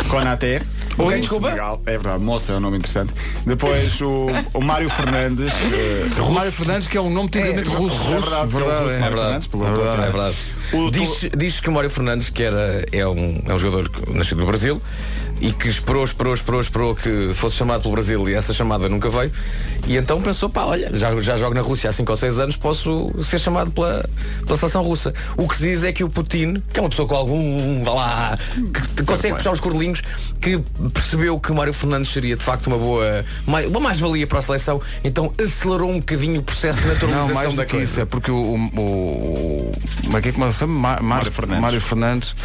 I: Konaté.
G: Oi,
I: do
G: desculpa?
I: Senegal. É verdade, Moça é um nome interessante. Depois o, o Mário Fernandes. eh,
A: Romário Fernandes, que é um nome tipicamente russo.
I: é verdade,
A: russo,
J: um
I: é o russo
A: é.
I: Mário
A: verdade.
I: Fernandes, pelo-
A: É
I: pelo-
A: verdade.
G: É verdade.
I: O
G: Diz, diz que o Mário Fernandes, que era, é, um, é um jogador que- nascido no Brasil e que esperou, esperou, esperou, esperou que fosse chamado pelo Brasil e essa chamada nunca veio. E então pensou, pá, olha, já, já jogo na Rússia há 5 ou 6 anos, posso ser chamado pela, pela seleção russa. O que se diz é que o Putin, que é uma pessoa com algum, vá lá, que te- consegue puxar os cordelinhos, que percebeu que o Mário Fernandes seria de facto uma boa, mai- uma mais-valia para a seleção, então acelerou um bocadinho o processo de naturalização
A: Não, mais
G: da
A: do que
G: coisa.
A: isso, é porque o, o, o, como é que é que se chama? Ma- Mar- Mário, Fernandes.
I: Fernandes.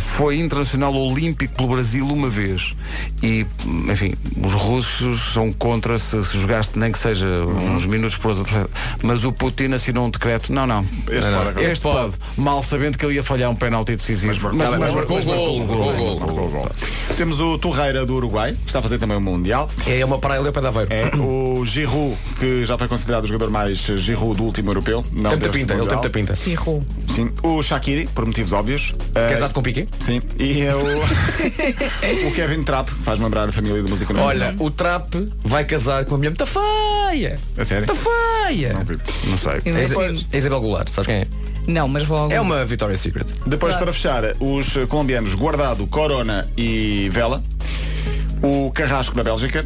A: foi internacional olímpico pelo Brasil uma vez e, enfim, os russos são contra se, se jogaste nem que seja uns minutos por outro, mas o Putin assinou um decreto, não, não,
I: Este
A: Não, não.
I: pode,
A: este pode. mal sabendo que ele ia falhar um penalti decisivo, mas,
G: Tá bem, mas marcou o gol, marcou o gol.
I: Temos o Ferreira do Uruguai, que está a fazer também o Mundial.
G: É uma paralela para Aveiro.
I: É o Giroud, que já foi considerado o jogador mais Giroud do último europeu. Não
G: Tem muita
I: deste
G: pinta, ele tem
I: Mundial.
G: muita pinta.
D: Pirro.
I: Sim. O Shakiri, por motivos óbvios. Eh,
G: Casado com Piqué?
I: Sim. E é o, (laughs) o Kevin Trapp, que faz lembrar a família do músico Nuno
G: Olha, o Trap vai casar com uma mulher muito feia.
I: A sério?
G: Muito feia.
I: Não vi.
A: Não sei.
G: É Isa-
C: Imagino.
G: é Isabel Goulart, sabes quem é?
C: Não, mas vou.
G: É uma Victoria's Secret.
I: Depois, para fechar, os eh, colombianos Guardado, Corona e Vela, o Carrasco da Bélgica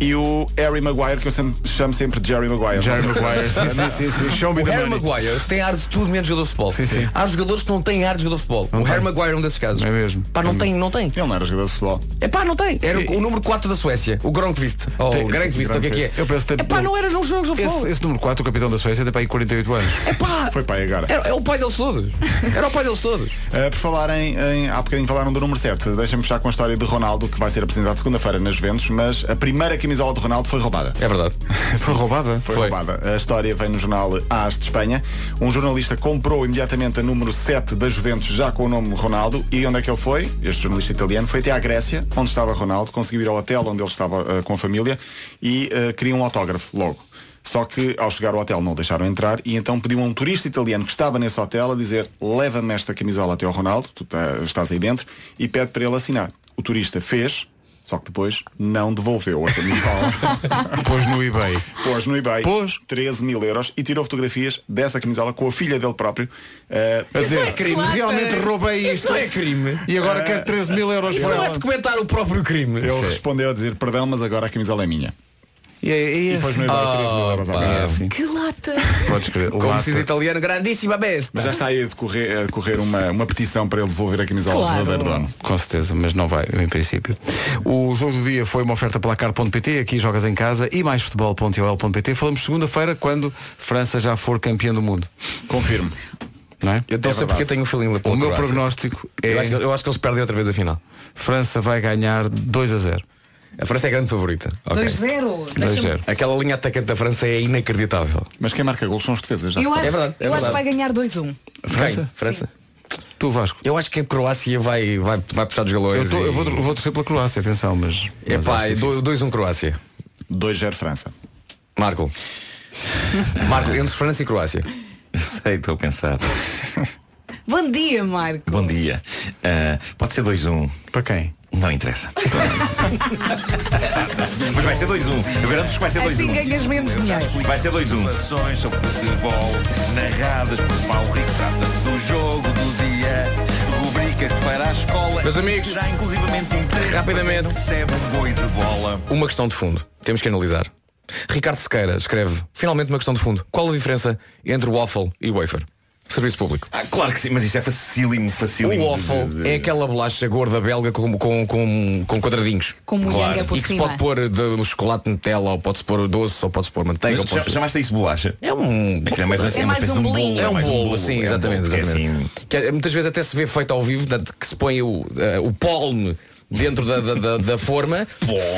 I: e o Harry Maguire, que eu sempre- chamo sempre Jerry Maguire.
A: Jerry Maguire. Sim, sim, sim, sim. Show me
G: O
A: the
G: Harry
A: money.
G: Maguire tem ar de tudo menos jogador de futebol.
A: sim.
G: Há jogadores que não têm ar de jogador de futebol. o Harry Maguire é um desses casos.
A: É mesmo.
G: Pá, não
A: É
G: tem, não tem.
I: Ele não era jogador de futebol.
G: É pá, não tem. Era o, o número 4 da Suécia, o Gronkvist. Ou
A: Tem-
G: o Gronkvist, ou o que é que é?
A: Gronkvist. Eu penso que tem-
G: É pá, não era nos jogos de futebol.
A: Esse, esse número 4, o capitão da Suécia, tem para aí 48 anos.
G: É pá.
I: Foi pai agora.
G: Era, é o pai deles todos. Era o pai deles todos.
I: Eh, por falar em, em- Há bocadinho falaram do número 7. Deixem-me fechar com a história de Ronaldo, que vai ser apresentado segunda-feira nas Juventus, mas a primeira camisola de Ronaldo foi roubada.
G: É verdade.
A: (laughs) Foi roubada?
I: Foi,
G: Foi.
I: roubada. A história vem no jornal AS de Espanha. Um jornalista comprou imediatamente a número 7 da Juventus, já com o nome Ronaldo. E onde é que ele foi? Este jornalista italiano foi até à Grécia, onde estava Ronaldo, conseguiu ir ao hotel onde ele estava eh, com a família e eh, queria um autógrafo logo. Só que ao chegar ao hotel não o deixaram entrar e então pediu a um turista italiano que estava nesse hotel a dizer leva-me esta camisola até ao Ronaldo, tu tá- estás aí dentro, e pede para ele assinar. O turista fez, só que depois não devolveu a camisola.
A: Depois no eBay.
I: Pôs no eBay
A: Pôs?
I: 13 mil euros e tirou fotografias dessa camisola com a filha dele próprio. eh, a
A: Quer
C: é.
I: dizer,
A: dizer, realmente roubei isto.
G: é não é crime.
A: E agora quero 13 mil euros por
G: Não é
A: ela.
G: documentar o próprio crime.
I: ele
C: é.
I: respondeu a dizer perdão, mas agora a camisola é minha.
A: E é, é
I: E pôs no eBay 13 mil euros ao
G: pá.
I: ganhar.
A: assim. então.
C: Que lata!
A: Podes crer.
G: Como
A: Lata.
G: se diz italiano, grandíssima besta.
I: Mas já está aí a decorrer, a decorrer uma, uma petição para ele devolver a camisola
C: Claro.
I: do verdadeiro dono.
A: Com certeza, mas não vai, em princípio. O jogo do dia foi uma oferta placar.pt, aqui jogas em casa e mais futebol.ol.pt. Falamos segunda-feira quando França já for campeã do mundo.
I: Confirmo.
A: Não é?
G: Eu não sei porque eu tenho um feeling
A: O
G: pela
A: meu
G: Croácia.
A: prognóstico
G: Eu acho, que,
A: é
G: eu acho que eles perdem outra vez a final.
A: França vai ganhar 2 a 0.
G: A França é a grande favorita. ok.
C: 2-0.
A: 2 a
C: Deixa-me-
A: 0.
G: Aquela linha atacante da França é inacreditável.
I: Mas quem marca gols são os defesas. Já.
C: Eu acho,
G: É verdade, é
C: eu acho
G: verdade.
C: que vai ganhar 2-1.
G: Quem? França.
A: Tu Vasco.
G: Eu acho que a Croácia vai, vai, vai puxar dos galões.
A: Eu, tô-
G: e...
A: eu vou, eu vou torcer pela Croácia, atenção, mas.
G: É
A: mas
G: pá,
A: acho difícil.
G: 2-1 Croácia.
I: 2-0 França.
G: Marco. Marco, entre França e Croácia.
J: Sei, estou a pensar.
C: Bom dia, Marco.
J: Bom dia. Ah, pode ser 2-1.
A: Para quem?
J: Não interessa. Mas vai ser 2-1. Eu garanto-vos que vai ser 2-1.
C: Assim ganhas menos dinheiro.
J: Vai ser 2-1.
K: Informações sobre futebol narradas por Paulo Rico. Trata-se do jogo do dia. Rubrica que para a escola.
G: Meus amigos,
K: terá inclusivamente interesse
G: rapidamente.
K: para quem Recebe um boi de bola.
G: Uma questão de fundo. Temos que analisar. Ricardo Sequeira escreve, finalmente uma questão de fundo. Qual a diferença entre o waffle e o wafer? Serviço público.
J: Ah, claro que sim, mas isso é facílimo,
G: O
J: facílimo.
G: waffle
J: de- de-
G: é aquela bolacha gorda belga com, com, com, com quadradinhos.
C: Com molhanga por
G: E que se
C: cima.
G: pode pôr de, chocolate Nutella, ou pode-se pôr doce, ou pode-se pôr manteiga. ou
J: Mas já-
G: pode-
J: Chamaste a isso bolacha?
G: É um.
J: Aquilo é mais,
C: É mais
J: espécie
C: um
J: de
C: bolinho.
J: bolo,
G: É um
J: mais
G: bolo, sim,
J: é um
G: exatamente.
J: bolo, que é
G: exatamente.
J: assim-
G: Que é- muitas vezes até se vê feito ao vivo, portanto, que se põe o, eh, o polme dentro da, da, da- da forma,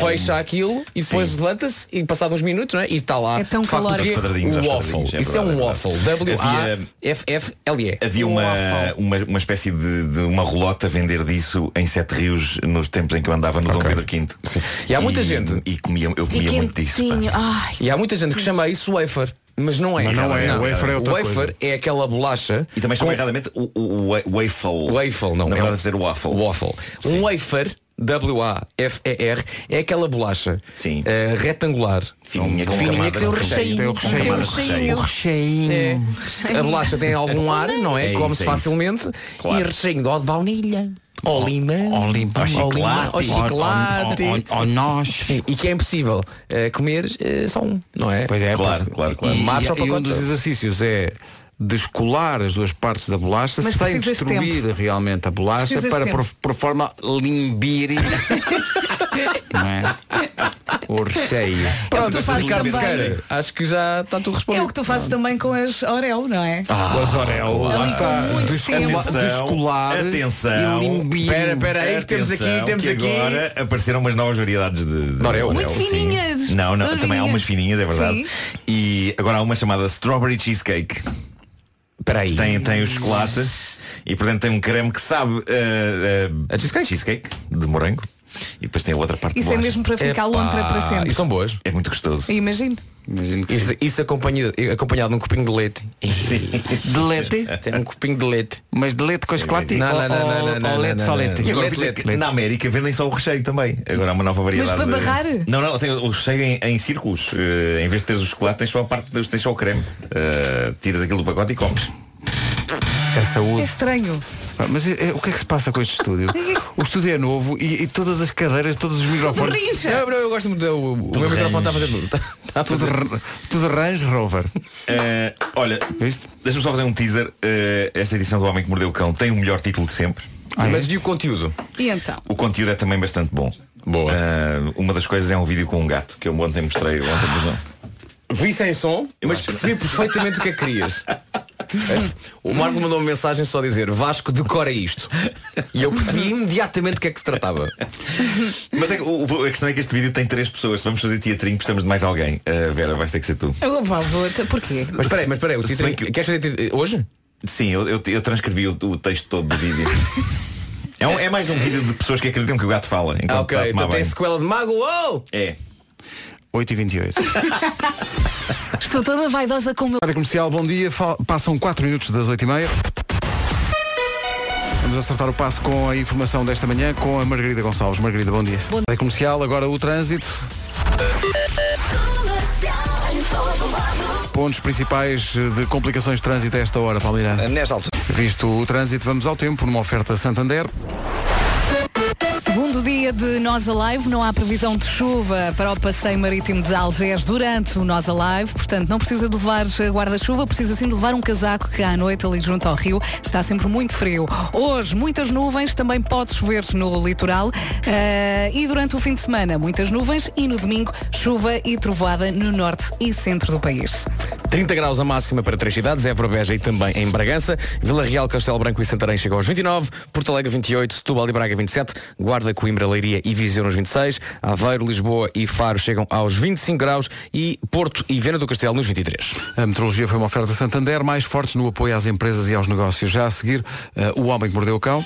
G: fecha aquilo e depois levanta-se e passado uns minutos, não é? E está lá
C: É tão
G: de facto, o
C: calórico.
G: quê?
J: Aos quadradinhos,
G: o
J: aos
G: waffle.
J: quadradinhos, é
G: Isso é um
J: verdade, é
G: waffle.
J: verdade.
G: W-A-F-F-L-E.
C: Um
J: Havia uma, uma, uma espécie de, de uma rolota a vender disso em Sete Rios nos tempos em que eu andava no
G: Ok.
J: Dom Pedro V.
G: Sim. E há
J: um
G: muita gente-
J: E comia, eu comia muito disso. pá.
D: quentinho. Ai,
G: E há muita gente que chama isso wafer. Mas não é.
A: Mas não é, wafer é outra
G: O wafer
A: coisa.
G: é aquela bolacha.
J: E também chama erradamente o, o, o wa- waffle.
G: Waffle, não.
J: Na
G: é
J: verdade, deve ser waffle.
G: Waffle. Um wafer, W-A-F-E-R, é aquela bolacha
J: Sim.
G: eh, retangular.
J: Fininha, com
G: fininha que tem um o
J: camadas de
G: recheio.
A: Tem o recheio.
J: Tem o
A: O recheio.
G: É. A bolacha tem algum ar, não é?
J: É isso,
G: Come-se
J: é isso.
G: facilmente.
J: Claro.
G: E recheio de ó de baunilha. Ou limão.
A: Ao limão.
J: Ao
G: Ou limão, Ou
J: chocolate.
G: chocolate.
A: Ao- ao- ao nós.
G: Sim, E que é impossível eh, comer eh, só um, não é?
A: Pois é,
J: Claro,
A: pá.
J: claro, claro.
A: E,
G: Marcha ao
A: e um
G: pacote.
A: dos exercícios é descolar as duas partes da bolacha
C: Mas
A: sem
C: precisas de
A: destruir realmente a bolacha
C: Precisas de
A: para
C: tempo.
A: por, por forma limbir
C: (laughs)
A: não é? o recheio.
C: é o que tu fazes
G: Ricardo
C: também.
G: Sequeira, acho que já está tudo
C: É
G: respondido.
C: o que tu fazes também com as Oreo, não é?
A: Ah, o Azorel, lá
C: Ali
J: Ah,
C: com
A: está.
C: muito
G: é
A: Descola-
J: tempo.
A: descolar
J: Atenção.
A: e limbir.
G: Pera, pera aí, que temos
J: Atenção,
G: aqui, temos
J: que
G: aqui.
J: Agora apareceram umas novas variedades de. de
G: Oreo.
J: Oreo,
G: Muito
J: sim.
C: fininhas.
J: Não, não,
C: Todas
J: também há
C: fininhas.
J: umas fininhas, é verdade.
C: Sim.
J: E agora há uma chamada Strawberry Cheesecake.
G: Espera aí.
J: Tem, tem o chocolate e por dentro tem um creme que sabe. eh, eh,
G: A cheesecake?
J: cheesecake de morango. E depois tem a outra parte de
C: Isso é
J: bolacha.
C: mesmo para ficar lontra para sempre.
G: E são boas.
J: É muito (laughs) gostoso.
C: Imagino.
G: Isso, isso acompanhado, acompanhado de um copinho de leite. De leite? É um copinho de leite.
A: Mas de leite com chocolate?
G: Não, não, não,
A: Ou-
G: não,
A: ou-
G: não, não,
A: ou Oh, leite
G: não,
A: só
G: não,
A: leite? é
G: não.
J: E agora
G: Leite,
J: viste
G: leite,
J: que na América vendem só o recheio também. Agora há uma nova variedade.
C: para
J: de-
C: barrar?
J: Não, não, tem o recheio em, em círculos. Eh, em vez de teres o chocolate, tens só a parte, dos- tens só o creme. Eh, tiras aquilo do pacote e comes.
A: É saúde.
C: É estranho.
A: Pá, Mas é- é- o que é que se passa com este estúdio? o estúdio é novo e, e todas as cadeiras, todos os microfones.
G: Não, não, eu gosto muito. Eu, é o meu microfone está a fazer. Está, está a
A: Tudo,
G: fazer.
A: r- tudo Range Rover.
J: Eh, olha, deixa-me só fazer um teaser. Eh, esta edição do Homem que Mordeu o Cão tem o melhor título de sempre.
A: Ah, é?
G: Mas e o conteúdo?
C: E então?
J: O conteúdo é também bastante bom. Boa. uma das coisas é um vídeo com um gato que eu ontem mostrei. Ontem, mas não.
G: Vi sem som, mas percebi perfeitamente o que é que querias. O Marco mandou uma mensagem só a dizer Vasco decora isto. E eu percebi imediatamente o que é que se tratava.
J: Mas é que o- o- a questão é que este vídeo tem três pessoas. Se vamos fazer teatrinho, precisamos de mais alguém. Eh, Vera, vais ter que ser tu.
C: Eu vou, vou, porquê?
G: Mas peraí, mas peraí, o
J: Se
G: título.
J: bem que-
G: Queres fazer título- hoje?
J: Sim, eu, eu- eu transcrevi o, o texto todo do (laughs) vídeo. É, um- é mais um vídeo de pessoas que acreditam que o gato fala. enquanto
G: Ah,
J: está a
G: ok,
J: tomar
G: então tem
J: banho.
G: sequela de Mago. Oh!
J: É.
A: 8h28.
C: Estou toda vaidosa com o meu.
A: Rádio Comercial, bom dia. Fal- Passam 4 minutos das 8h30. Vamos acertar o passo com a informação desta manhã com a Margarida Gonçalves. Margarida, bom dia.
D: Bom dia.
A: Rádio Comercial, agora o trânsito. Pontos principais de complicações de trânsito a esta hora, Palmeira.
B: Nesta altura.
A: Visto o trânsito, vamos ao tempo numa oferta Santander.
C: Segundo dia de Nós Alive, não há previsão de chuva para o passeio marítimo de Algés durante o Nós Alive, portanto não precisa de levar eh, guarda-chuva, precisa sim de levar um casaco que à noite ali junto ao rio está sempre muito frio. Hoje muitas nuvens, também pode chover no litoral eh, e durante o fim de semana muitas nuvens e no domingo chuva e trovoada no norte e centro do país.
H: 30 graus a máxima para três cidades, Évora, Beja e também em Bragança. Vila Real, Castelo Branco e Santarém chegam aos 29, Porto Alegre 28, Setúbal e Braga 27, Guarda, Coimbra, Leiria e Viseu nos 26, Aveiro, Lisboa e Faro chegam aos 25 graus e Porto e Viana do Castelo nos 23.
A: A metrologia foi uma oferta Santander, mais fortes no apoio às empresas e aos negócios. Já a seguir, eh, o homem que mordeu o cão.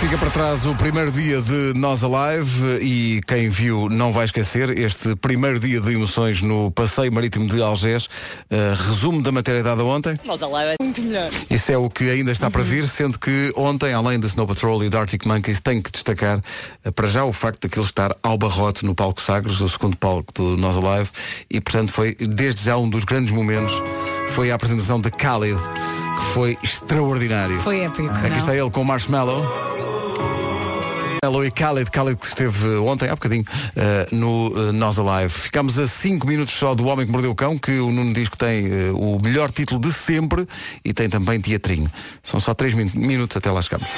A: Fica para trás o primeiro dia de Nós Alive eh, e quem viu não vai esquecer este primeiro dia de emoções no Passeio Marítimo de Algés. Eh, resumo da matéria dada ontem.
L: Nós Alive é muito melhor.
A: Isso é o que ainda está para vir, sendo que ontem, além da Snow Patrol e da Arctic Monkeys, tem que destacar eh, para já o facto daquilo estar ao barrote no palco Sagres, o segundo palco do Nós Alive, e portanto foi desde já um dos grandes momentos, foi a apresentação de Khalid, que foi extraordinário.
C: Foi épico,
A: Aqui
C: não? é?
A: está ele com o Marshmallow. Marshmallow e Khaled, Khaled que esteve ontem, há bocadinho, eh, no eh, Nós Alive. Ficámos a 5 minutos só do Homem que Mordeu o Cão, que o Nuno diz que tem eh, o melhor título de sempre e tem também teatrinho. São só 3 minutos até lá chegamos.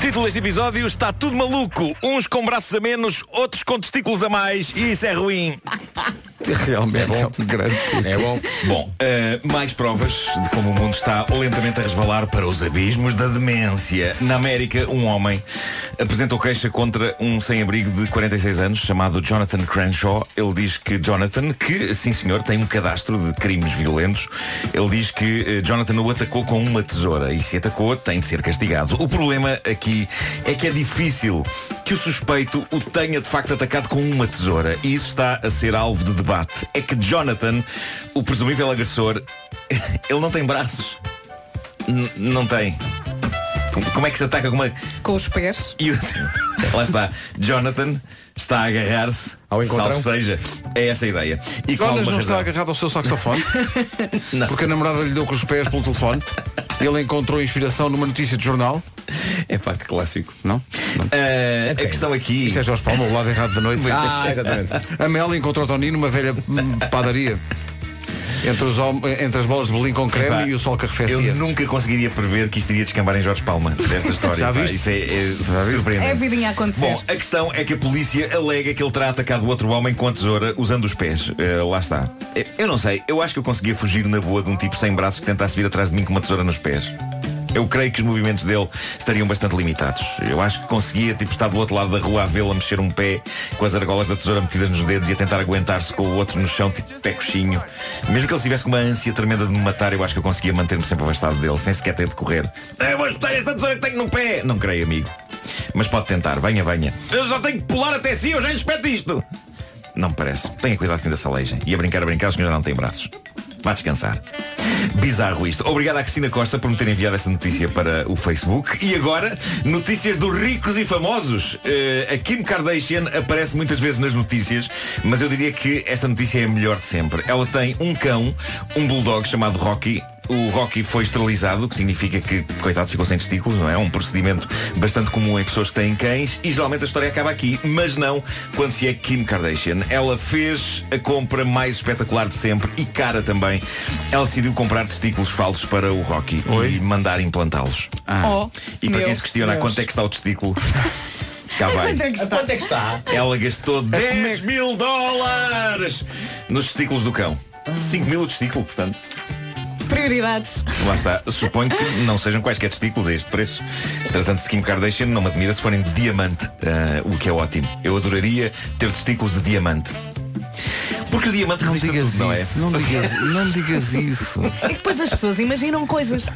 J: Título deste episódio está tudo maluco. Uns com braços a menos, outros com testículos a mais. E isso é ruim.
A: (laughs) Realmente é,
J: bom.
A: um grande título.
G: É bom.
J: (laughs) Bom, eh, mais provas de como o mundo está lentamente a resvalar para os abismos da demência. Na América, um homem apresentou queixa contra um sem-abrigo de 46 anos chamado Jonathan Crenshaw. Ele diz que Jonathan, que sim senhor, tem um cadastro de crimes violentos, ele diz que eh, Jonathan o atacou com uma tesoura e se atacou tem de ser castigado. O problema aqui é que é difícil que o suspeito o tenha de facto atacado com uma tesoura. E isso está a ser alvo de debate. É que Jonathan, o presumível agressor, (laughs) ele não tem braços. N- não tem. Como- Como é que se ataca com uma. (laughs)
C: Com os pés.
J: E o... Lá está. Jonathan está a agarrar-se.
G: Ao encontrão.
J: Salvo seja. É essa a ideia. E com
A: Jonas
J: alguma
A: não está
J: razão.
A: agarrado ao seu (laughs) saxofone porque a namorada lhe deu com os pés pelo telefone. Ele encontrou inspiração numa notícia de jornal.
J: É pá, que clássico.
A: Não?
J: Eh, A questão aqui.
A: Isto é Jorge Palma, o lado errado da
H: é.
A: noite.
G: Ah, exatamente.
A: A Mel encontrou Tony numa velha hum, padaria. Entre, os hom- entre as bolas de bolim com creme
J: Epá,
A: e o sol que
J: Eu
A: arrefecia.
J: nunca conseguiria prever que isto iria descambar em Jorge Palma
A: (laughs)
J: desta história.
A: Já
J: pá.
A: viste?
J: Isto é, é surpreendente.
C: É a vidinha a acontecer.
J: Bom, a questão é que a polícia alega que ele terá atacado outro homem com a tesoura usando os pés. Eh, lá está. Eh, Eu não sei, eu acho que eu conseguia fugir na boa de um tipo sem braços que tentasse vir atrás de mim com uma tesoura nos pés. Eu creio que os movimentos dele estariam bastante limitados. Eu acho que conseguia, tipo, estar do outro lado da rua a vê-lo a mexer um pé com as argolas da tesoura metidas nos dedos e a tentar aguentar-se com o outro no chão, tipo, pé coxinho. Mesmo que ele estivesse com uma ânsia tremenda de me matar, eu acho que "É, eu conseguia manter-me sempre afastado dele, sem sequer ter de correr. Eu vou espetar esta tesoura que tenho no pé! Não creio, amigo. Mas pode tentar, venha, venha. Eu só tenho que pular até si, eu já lhe espeto isto. Não me parece. Tenha cuidado que ainda se aleija. E a brincar, a brincar, o senhor já não tem braços. Vá descansar. Bizarro isto. Obrigado à Cristina Costa por me ter enviado esta notícia para o Facebook. E agora, notícias dos ricos e famosos. Eh, a Kim Kardashian aparece muitas vezes nas notícias, mas eu diria que esta notícia é a melhor de sempre. Ela tem um cão, um bulldog chamado Rocky. O Rocky foi esterilizado, o que significa que, coitado, ficou sem testículos, não é? É um procedimento bastante comum em pessoas que têm cães e geralmente a história acaba aqui, mas não quando se é Kim Kardashian. Ela fez a compra mais espetacular de sempre e cara também. Ela decidiu comprar testículos falsos para o Rocky e mandar implantá-los.
C: Oh,
J: ah, E para
C: meu
J: quem se questiona a
C: Deus.
J: quanto é que está o
G: (laughs)
J: testículo, cá vai.
G: A quanto é que está?
J: Ela gastou 10 mil dólares nos testículos do cão. 5 mil o testículo, portanto.
C: Prioridades.
J: Lá está. Suponho que não sejam quaisquer testículos a este preço. Tratando-se de Kim Kardashian, não me admira se forem de diamante, ah, o que é ótimo. Eu adoraria ter testículos de diamante. Porque o diamante resiste a tudo, não é?
A: não digas, não
H: (laughs)
A: digas isso.
C: E depois as pessoas imaginam coisas.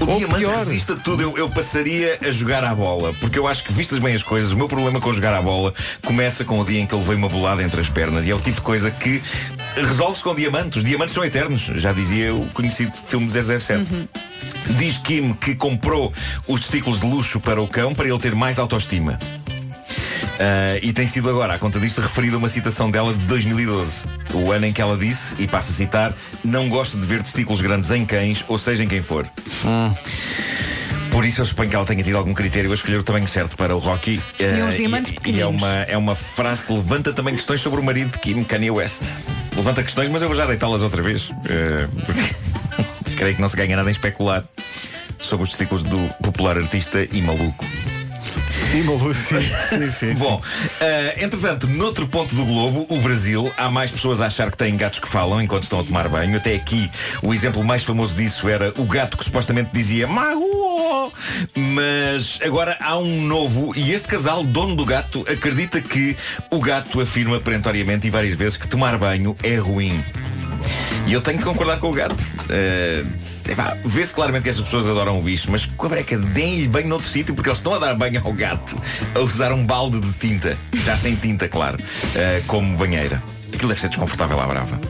J: O
A: Ou
J: diamante
A: pior.
J: resiste a tudo. Eu, eu passaria a jogar à bola. Porque eu acho que, vistas bem as coisas, o meu problema com jogar à bola começa com o dia em que eu levei uma bolada entre as pernas. E é o tipo de coisa que resolve-se com diamantes. Os diamantes são eternos. Já dizia o conhecido filme 007.
A: Uhum.
J: Diz Kim que comprou os testículos de luxo para o cão para ele ter mais autoestima. Ah, e tem sido agora, à conta disto, referida uma citação dela de 2012. O ano em que ela disse, e passo a citar, não gosto de ver testículos grandes em cães, ou seja, em quem for. Por isso eu suponho que ela tenha tido algum critério a escolher o tamanho certo para o Rocky. Eh,
C: uns diamantes
J: e, e é
C: pequeninos.
J: uma, é uma frase que levanta também questões sobre o marido de Kim Kanye West. Levanta questões, mas eu vou já deitá-las outra vez. eh, porque (laughs) creio que não se ganha nada em especular sobre os testículos do popular artista e maluco.
A: E maluco, sim, sim, sim.
J: Bom, eh, entretanto, noutro ponto do globo, o Brasil, há mais pessoas a achar que têm gatos que falam enquanto estão a tomar banho. Até aqui, o exemplo mais famoso disso era o gato que supostamente dizia Mago! Mas agora há um novo e este casal, dono do gato, acredita que o gato afirma perentoriamente e várias vezes que tomar banho é ruim. E eu tenho de concordar com o gato. Eh, epá, Vê-se claramente que estas pessoas adoram o bicho, mas com a breca, deem-lhe banho noutro sítio, porque eles estão a dar banho ao gato a usar um balde de tinta, já sem tinta, claro, eh, como banheira. Aquilo deve ser desconfortável à brava.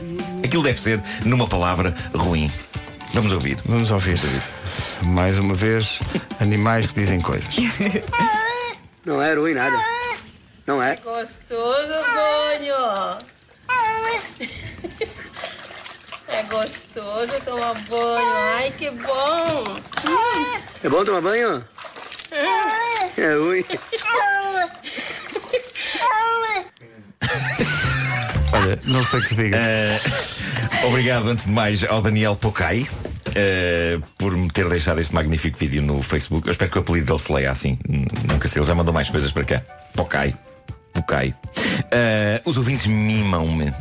J: Aquilo deve ser, numa palavra, ruim. Vamos ouvir.
A: Vamos ouvir. Mais uma vez, animais que dizem coisas.
L: Não é ruim nada. Não é?
E: Gostoso, banho! É gostoso tomar banho, ai que bom!
L: É bom tomar banho? É ruim.
A: Olha, não sei o que
H: É.
A: diga.
J: Obrigado, antes de mais, ao Daniel Pocai. eh, por me ter deixado este magnífico vídeo no Facebook. Eu espero que o apelido dele se leia assim. Hum, Nunca sei, ele já mandou mais coisas para cá. Pocai. Pocai. Eh, os ouvintes mimam-me.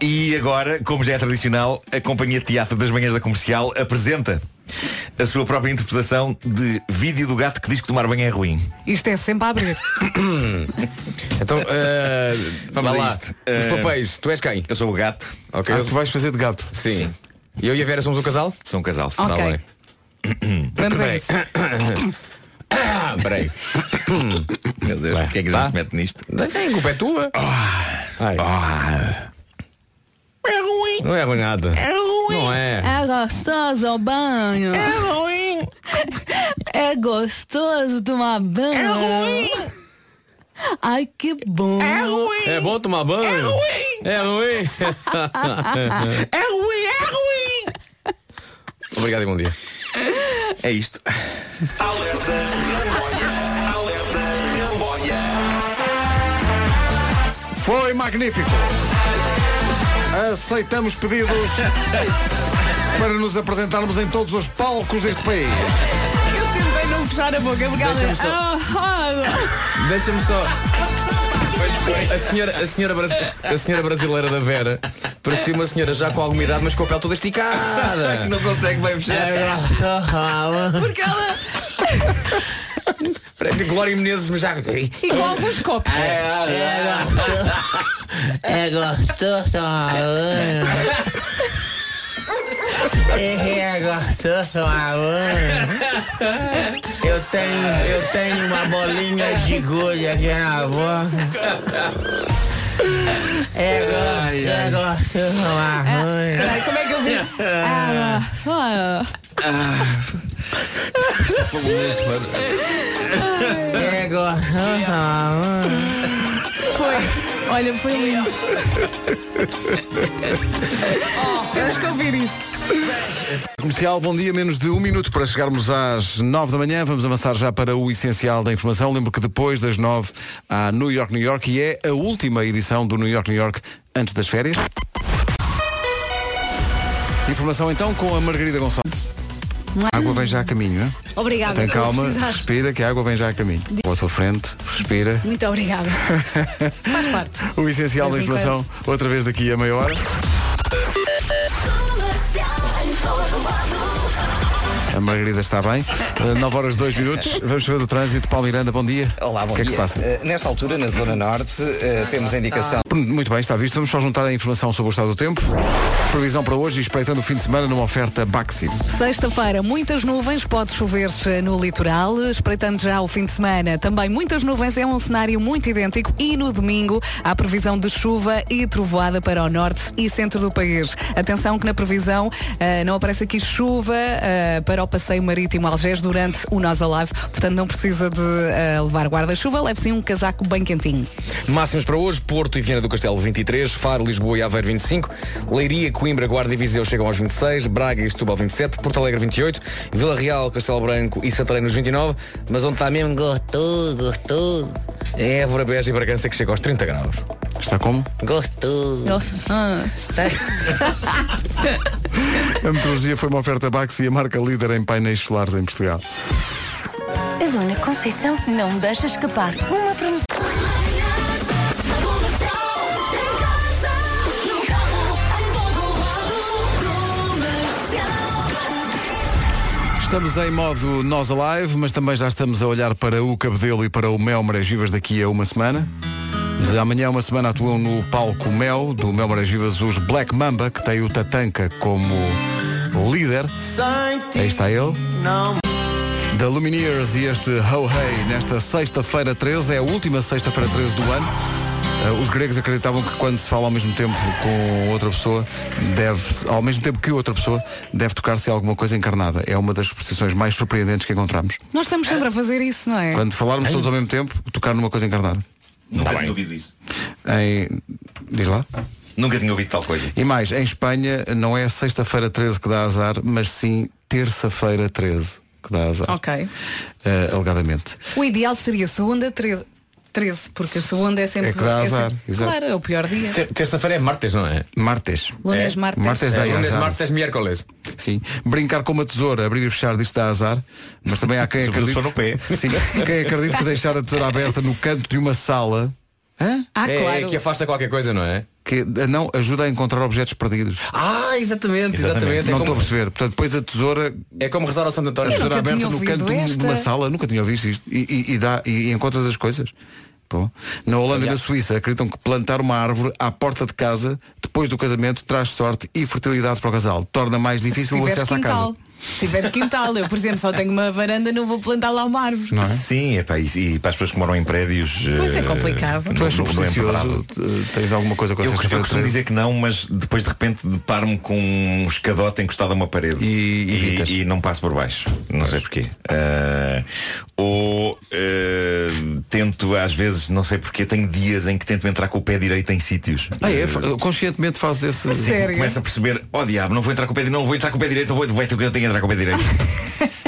J: E agora, como já é tradicional, a Companhia de Teatro das Manhãs da Comercial apresenta a sua própria interpretação de vídeo do gato que diz que tomar banho é ruim.
C: Isto é sempre a abrir.
H: Então, eh,
J: Vamos
H: vá
J: a
H: lá.
J: isto.
H: Os
J: Eh,
H: papéis, tu és quem?
J: Eu sou o gato.
H: Ok.
A: Ah,
H: eu-
A: tu vais fazer de gato.
H: sim. E eu e a Vera somos um casal?
J: Sou um casal. sim.
C: Ok.
H: Tá bem.
C: (coughs) Vamos a
J: Bem.
C: isso.
H: Ah, peraí.
J: (coughs) Meu Deus, porque é que já
H: tá.
J: se mete nisto?
H: Tem, a culpa é tua. Ai,
J: É ruim.
H: Ah. Não é ruim nada.
J: É ruim.
H: Não é.
C: É gostoso ao banho.
J: É ruim.
C: É gostoso tomar banho. Ai que bom.
J: ruim.
H: É bom tomar banho? É ruim. É ruim.
J: É ruim. É ruim.
H: Obrigado e bom dia.
J: É isto. Alerta Ramboia. Alerta Ramboia.
A: Foi magnífico. Aceitamos
H: (laughs)
A: pedidos para nos apresentarmos em todos os palcos deste país.
C: Eu tentei não fechar a boca porque ela
H: Deixa-me só-
C: Ah, ah.
H: Deixa-me só. A senhora, a, senhora, brasi- a senhora brasileira da Vera parecia uma senhora já com alguma idade, mas com a pele toda esticada.
J: É
H: É
J: Não consegue bem fechar.
C: Porque ela
H: De Glória Menezes, mas já. É.
C: igual alguns copos.
G: É gostoso.
K: Eu tenho, eu tenho uma bolinha de gude aqui na boca. É gosto, é gosto, não há ruim.
C: Ai, como é que eu vi? Ah, ah.
J: Isto é fabuloso, mano.
K: É gosto, não há ruim.
C: Foi. Olha,
H: (laughs)
C: foi lindo. oh, temos que ouvir isto.
A: Comercial, bom dia, menos de um minuto para chegarmos às nove da manhã. Vamos avançar já para o essencial da informação. Lembro que depois das nove há New York, New York e é a última edição do New York, New York antes das férias. Informação então com a Margarida Gonçalves. A água vem já a caminho, é?
D: é? Obrigada.
A: Tem calma,
D: Precisaste.
A: respira, que a água vem já a caminho. Boa à tua frente, respira.
D: Muito obrigada. Faz parte.
A: O essencial da
D: Assim
A: informação, outra vez daqui a meia hora. A Margarida está bem. 9 horas 2 minutos. Vamos saber do trânsito. Paulo Miranda, bom dia.
B: Olá, bom
A: O que é que se
B: dia.
A: passa?
B: Eh, nesta altura, na Zona Norte, eh, temos a indicação.
A: Muito bem, está visto. Vamos só juntar a informação sobre o estado do tempo. Previsão para hoje, e espreitando o fim de semana numa oferta Baxi.
C: Sexta-feira, muitas nuvens, pode chover eh, no litoral. Espreitando já o fim de semana, também muitas nuvens, é um cenário muito idêntico. E no domingo, há previsão de chuva e trovoada para o norte e centro do país. Atenção que na previsão eh, não aparece aqui chuva eh, para o passeio marítimo Algés durante o Nós Alive. Portanto, não precisa de eh, levar guarda-chuva, leve sim um casaco bem quentinho.
G: Máximos para hoje, Porto e Viana do Castelo 23, Faro, Lisboa e Aveiro 25, Leiria, Coimbra, Guarda e Viseu chegam aos 26, Braga e Setúbal 27, Porto Alegre 28, Vila Real, Castelo Branco e Santarém nos 29, mas onde está mesmo gostoso, gostoso, é Évora, Beja e Bragança que chega aos 30 graus.
A: Está como?
G: Gostoso.
A: A meteorologia foi uma oferta Baxi e a marca líder em painéis solares em Portugal.
M: A Dona Conceição não me deixa escapar uma promoção.
A: Estamos em modo Nós Alive, mas também já estamos a olhar para o Cabedelo e para o Mel Marés Vivas daqui a uma semana. De amanhã a uma semana atuam no palco Mel, do Mel Marés Vivas, os Black Mamba, que tem o Tatanka como líder. Aí está ele. Da Lumineers e este Ho Hey nesta sexta-feira 13, é a última sexta-feira 13 do ano. Eh, Os gregos acreditavam que quando se fala ao mesmo tempo com outra pessoa, deve, ao mesmo tempo que outra pessoa, deve tocar-se alguma coisa encarnada. É uma das superstições mais surpreendentes que encontramos.
C: Nós estamos sempre a fazer isso, não é?
A: Quando falarmos todos ao mesmo tempo, tocar numa coisa encarnada.
J: Nunca tinha ouvido isso.
A: Em, diz lá.
J: Nunca tinha ouvido tal coisa.
A: E mais, em Espanha não é sexta-feira 13 que dá azar, mas sim terça-feira 13 que dá azar.
C: Ok.
A: Eh, alegadamente.
C: O ideal seria segunda, tre- 13, porque a segunda é sempre.
A: É que dá
C: é sempre-
A: azar, exato.
C: Claro, é o pior dia.
G: (laughs) Terça-feira é martes, não é?
A: Martes.
C: Lunes, martes.
A: Martes dá
G: É, lunes,
A: azar.
G: martes, miércoles.
A: Sim. Brincar com uma tesoura, abrir e fechar, disto dá azar. Mas também há quem
J: Sobretudo
A: acredite.
J: só no pé.
A: Sim. Quem acredita que deixar a tesoura aberta no canto de uma sala. Hã?
C: Ah,
G: é,
C: claro.
G: é que afasta qualquer coisa, não é?
A: Que não ajuda a encontrar objetos perdidos.
G: Ah,
J: Exatamente.
G: exatamente, exatamente.
A: não
G: É,
A: estou a
G: como,
A: perceber. Portanto, depois a tesoura.
G: é como rezar ao Santo
A: A
G: António.
A: tesoura
C: nunca
A: aberta
C: tinha
A: no canto
C: ouvido
A: de uma
C: esta.
A: sala, nunca tinha ouvido isto. E, e- e dá, e encontras as coisas. Pô. Na Holanda e na Suíça acreditam que plantar uma árvore à porta de casa, depois do casamento, traz sorte e fertilidade para o casal. Torna mais
C: Se
A: difícil o
C: tiveres
A: acesso à casa.
C: quintal. Se tiveres quintal, eu, por exemplo, só tenho uma varanda, não vou plantar lá uma árvore.
A: Não é?
J: Sim, epá, e, e para as pessoas que moram em prédios.
C: Pois é
J: eh,
C: complicado.
J: no-
A: Tu és
J: no- no
A: supersticioso?
J: empedrado.
A: Te- Eh, Tens alguma coisa com
J: Eu,
A: essa
J: eu costumo dizer que não, mas depois de repente deparo-me com um escadote encostado a uma parede
A: E evitas.
J: e não passo por baixo. Não sei porquê. Ah, ou ah, tento, às vezes, não sei porquê, tenho dias em que tento entrar com o pé direito em sítios.
A: Ah, é? Fa- Conscientemente fazes esse.
J: Sim,
C: Sério?
J: começo a perceber, oh diabo, não vou entrar com o pé direito, não vou entrar com o pé direito, não vou, vai ter que eu tenho que entrar com o pé direito.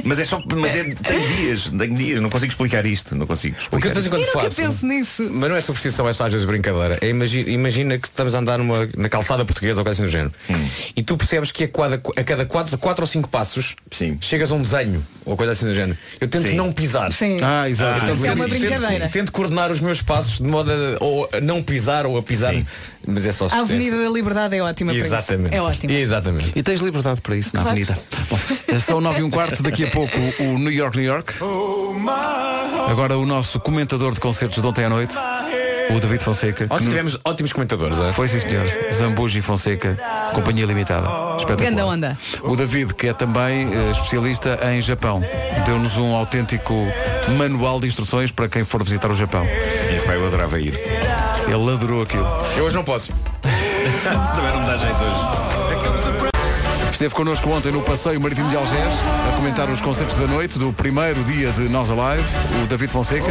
J: mas é só, mas é, tenho dias, tenho dias, não consigo explicar isto, não consigo
G: O que eu
J: explicar. isto.
G: de vez em quando
C: Eu nunca
G: faço.
C: penso nisso.
G: Mas não é superstição, é só às vezes brincadeira. É imagi- imagina, que estamos a andar numa, na calçada portuguesa ou coisa assim do género. E tu percebes que a, quadra- a cada 4 quatro ou 5 passos
J: Sim.
G: chegas a um desenho ou coisa assim do género. Eu tento
J: Sim.
G: não pisar.
C: Sim.
A: Ah, exato.
G: Então,
C: Isso é
G: tento-
C: uma brincadeira.
G: Tento, tento coordenar os meus passos de modo a, ou a não pisar ou a pisar.
J: Sim.
G: Mas é só
C: A
G: é-
C: Avenida da Liberdade é ótima para
G: Exatamente.
C: isso. É ótima.
G: Exatamente.
A: E tens liberdade para isso na avenida. Bom, são 9 e um quarto, daqui a pouco o New York, New York. Agora o nosso comentador de concertos de ontem à noite. O David Fonseca.
H: Ontem tivemos ótimos comentadores. é?
A: Foi sim, senhor. Zambuji Fonseca, Companhia Limitada. Espetacular.
C: Grande onda.
A: O David, que é também eh, especialista em Japão, deu-nos um autêntico manual de instruções para quem for visitar o Japão.
J: E pá, eu adorava ir.
A: Ele adorou aquilo.
H: Eu hoje não posso.
J: Também não me dá jeito hoje.
A: Esteve connosco ontem no Passeio Marítimo de Algés a comentar os concertos da noite do primeiro dia de Nós Alive, o David Fonseca.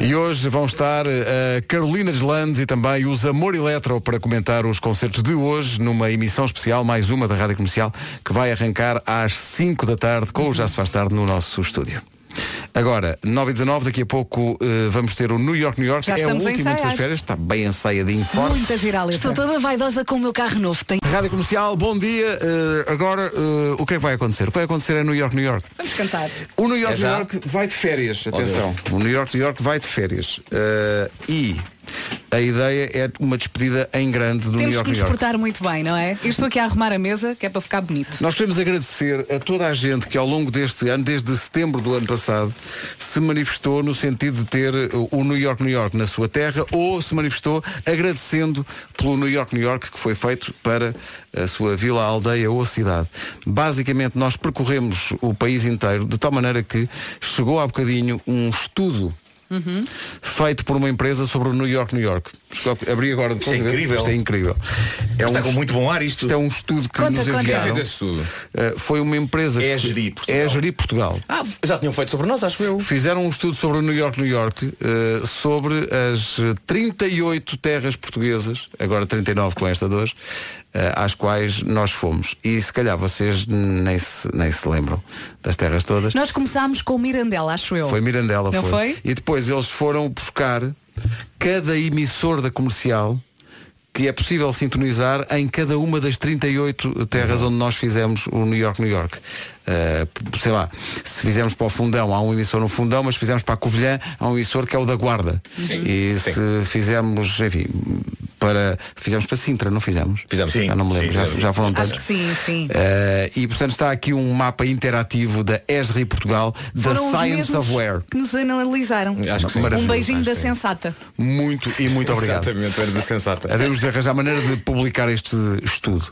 A: E hoje vão estar eh, a Carolina Deslandes e também os Amor Eletro para comentar os concertos de hoje numa emissão especial, mais uma da Rádio Comercial, que vai arrancar às 5 da tarde com o Já Se Faz Tarde no nosso estúdio. Agora, 9 e 19, daqui a pouco eh, vamos ter o New York, New York.
C: Já
A: é o
C: estamos a
A: último antes das
C: ensaiar.
A: férias, está bem ensaiadinho forte.
C: Muita giraleta. Estou toda vaidosa com o meu carro novo. Tem...
A: Rádio Comercial, bom dia. Eh, agora, eh, o que é que vai acontecer? O que vai acontecer é New York, New York.
C: Vamos cantar.
A: O New York,
C: É já?
A: New York vai de férias, atenção. o New York, New York vai de férias. Eh, e a ideia é uma despedida em grande do New
C: Temos
A: York,
C: que nos
A: New York.
C: portar muito bem, não é? Eu estou aqui a arrumar a mesa, que é para ficar bonito.
A: Nós queremos agradecer a toda a gente que ao longo deste ano, desde setembro do ano passado, se manifestou no sentido de ter uh, o New York, New York na sua terra ou se manifestou agradecendo pelo New York, New York que foi feito para a sua vila, aldeia ou cidade. Basicamente, nós percorremos o país inteiro de tal maneira que chegou há bocadinho um estudo feito por uma empresa sobre o New York, New York. Chegou- Abri agora.
J: Isto é incrível.
A: Isto é incrível. É
J: Está com muito bom ar isto.
A: Isto é um estudo que
J: Conta,
A: nos
J: conta.
A: enviaram.
J: Quem fez esse estudo?
A: Uh, foi uma empresa é a gerir Portugal.
H: Ah, já tinham feito sobre nós, acho
J: Uhum.
H: eu.
A: Fizeram um estudo sobre o New York, New York, uh, sobre as uh, 38 terras portuguesas, agora 39 com esta de hoje, uh, às quais nós fomos. E se calhar vocês nem se, nem se lembram das terras todas.
C: Nós começámos com o Mirandela, acho eu.
A: Foi Mirandela,
C: Então, Não foi?
A: E depois eles foram buscar cada emissor da comercial que é possível sintonizar em cada uma das 38 terras
C: Uhum.
A: onde nós fizemos o New York, New York. Eh, p- sei lá, se fizermos para o Fundão, há um emissor no Fundão, mas se fizermos para a Covilhã, há um emissor que é o da Guarda.
J: Sim.
A: E se fizermos, enfim, para. Fizemos para Sintra, não fizemos? Fizemos. Já não me lembro,
J: Sim,
A: já,
J: fizemos.
A: já foram tantos.
C: Acho que sim, sim.
A: Eh, e portanto está aqui um mapa interativo da ESRI Portugal, da
C: Foram os
A: Science
C: mesmos
A: of Wear.
C: que nos analisaram.
A: Acho que sim.
C: Um
A: Maravilhoso,
C: beijinho
A: acho
C: da
A: que sim.
C: sensata.
A: Muito e muito obrigado.
H: Exatamente, eres a sensata.
A: Havemos de arranjar maneira de publicar este estudo.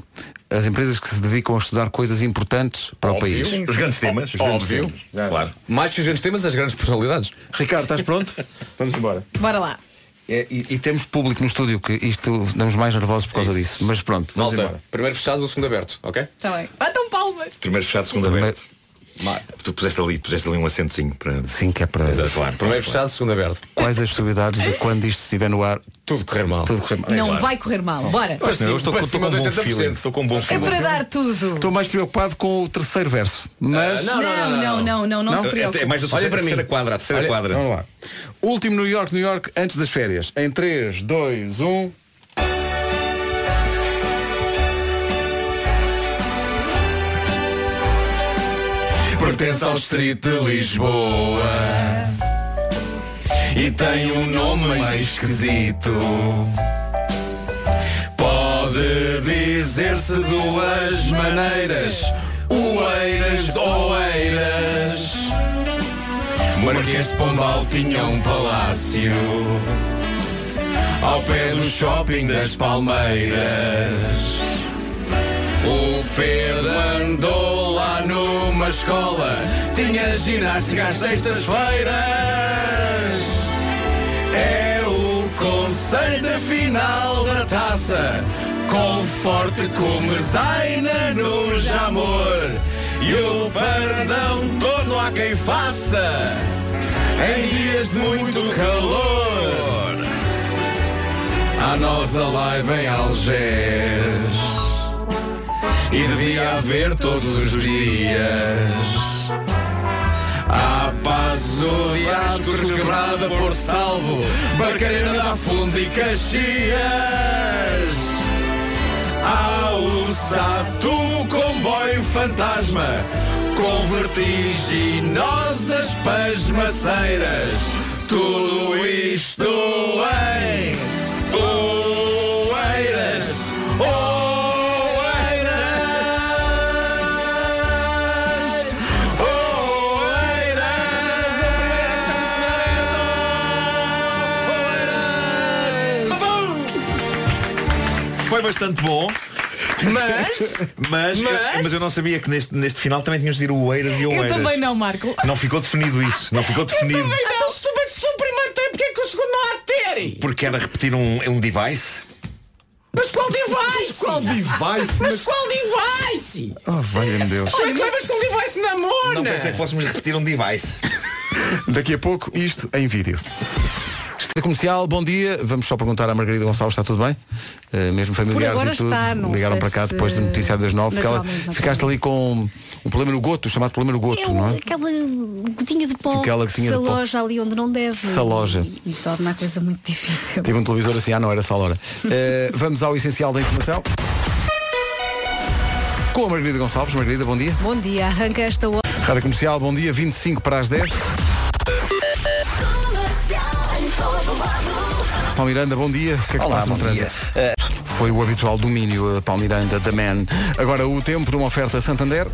A: As empresas que se dedicam a estudar coisas importantes para o país.
J: Os grandes temas. Os grandes
H: Óbvio.
J: temas. Claro.
H: Mais que os grandes temas, as grandes personalidades.
A: Ricardo, estás
H: (laughs)
A: pronto? Vamos embora.
C: Bora lá.
A: e, e temos público no estúdio que isto estamos mais nervosos por causa disso. Mas pronto, vamos
H: Malta,
A: embora.
H: primeiro fechado, o segundo aberto, ok?
C: Está Tá bem. Batam palmas.
J: Primeiro fechado, segundo aberto. Tu puseste ali, puseste ali um acentozinho para.
A: Sim, que é para.
J: Exato, claro.
H: Primeiro fechado, segundo aberto.
A: Quais as possibilidades de quando isto estiver no ar?
H: Tudo correr mal.
A: Tudo correr mal.
C: Não vai correr mal. Bora.
J: Pois não, eu estou, com-
H: Para
J: estou
H: cima
J: com um
H: de
J: bom
H: 80%.
J: feeling. Estou com um bom
C: É
J: feeling.
C: para dar tudo.
A: Estou mais preocupado com o terceiro
H: Ah,
A: verso. Mas.
C: não, não, não, não, não, não, te
D: É
J: É,
C: preocupes.
J: Olha para mim. Olha,
A: Vamos lá. Último New York, New York, antes das férias. Em um. 3, 2, 1.
K: Pertence ao distrito de Lisboa E tem um nome mais esquisito Pode dizer-se duas maneiras Oeiras ou eiras Marquês de Pombal tinha um palácio Ao pé do shopping das Palmeiras o Pedro andou lá numa escola, tinha ginástica às sextas-feiras. É o conselho da final da taça, com forte comezaina no Jamor. E o perdão todo há quem faça, em dias de muito calor. A nossa live em Algés. E devia haver todos os dias Há passo de Ascos quebrada por salvo Barcarena da Fundo e Caxias Há o Satu comboio fantasma Com vertiginosas pasmaceiras Tudo isto em Oeiras Oeiras Oeiras
J: Foi bastante bom.
C: Mas-
J: mas, eu-
C: mas-
J: mas... Eu, não sabia que neste, neste final também tínhamos de ir o Eiras e o
C: Eu
J: Oeiras.
C: também não, Marco.
J: Não ficou definido isso. Não ficou definido.
K: Ah, Então se tu se o primeiro tem, porque é que o segundo não há de ter?
J: Porque era repetir um, um device.
K: Mas qual device? qual device? Mas qual device?
A: Oh, valha-me Deus.
K: Tu é que levas com device na mona?
J: Não pensei que fôssemos repetir um device.
A: Daqui a pouco, isto em vídeo. Esta comercial, bom dia. Vamos só perguntar à Margarida Gonçalves, está tudo bem? Eh, mesmo familiares
D: agora
A: e tudo.
D: está, não
A: Ligaram
D: sei
A: para cá
D: se-
A: depois do noticiário das nove, porque ela
D: Naturalmente,
A: ficaste ali com um problema no goto, chamado problema no goto,
D: É um-
A: não é?
D: aquela gotinha de pó
A: Aquela
D: que
A: gotinha
D: se
A: de pó.
D: aloja ali onde não deve.
A: Se aloja.
D: E, e torna a coisa muito difícil.
A: Tive um televisor assim, ah não, era essa a hora. Eh, vamos ao essencial da informação. Com a Margarida Gonçalves. Margarida, bom dia.
D: Bom dia, arranca esta hora.
A: Rádio Comercial, bom dia, 25 para as 10. Paulo Miranda, bom dia. O que é que
B: Olá,
A: se passa no
B: bom Eh,
A: trânsito? Foi o habitual domínio, eh, Paulo Miranda, da Man. Agora o tempo numa oferta Santander.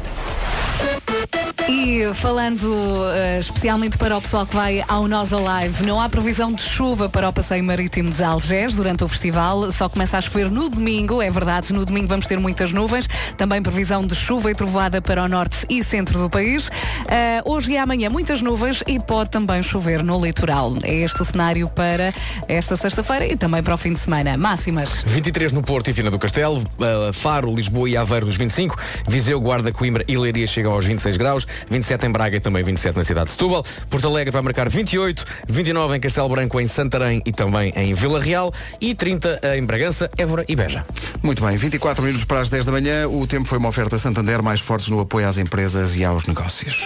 C: E falando eh, especialmente para o pessoal que vai ao Nós Alive, não há previsão de chuva para o passeio marítimo de Algés durante o festival, só começa a chover no domingo, é verdade, no domingo vamos ter muitas nuvens, também previsão de chuva e trovoada para o norte e centro do país. Eh, hoje e amanhã muitas nuvens e pode também chover no litoral. É este o cenário para esta sexta-feira e também para o fim de semana. Máximas.
G: 23 no Porto e Viana do Castelo, eh, Faro, Lisboa e Aveiro nos 25, Viseu, Guarda, Coimbra e Leiria chegam aos 26 graus, 27 em Braga e também 27 na cidade de Setúbal, Porto Alegre vai marcar 28, 29 em Castelo Branco, em Santarém e também em Vila Real e 30 em Bragança, Évora e Beja.
A: Muito bem, 24 minutos para as 10 da manhã. O tempo foi uma oferta Santander mais fortes no apoio às empresas e aos negócios.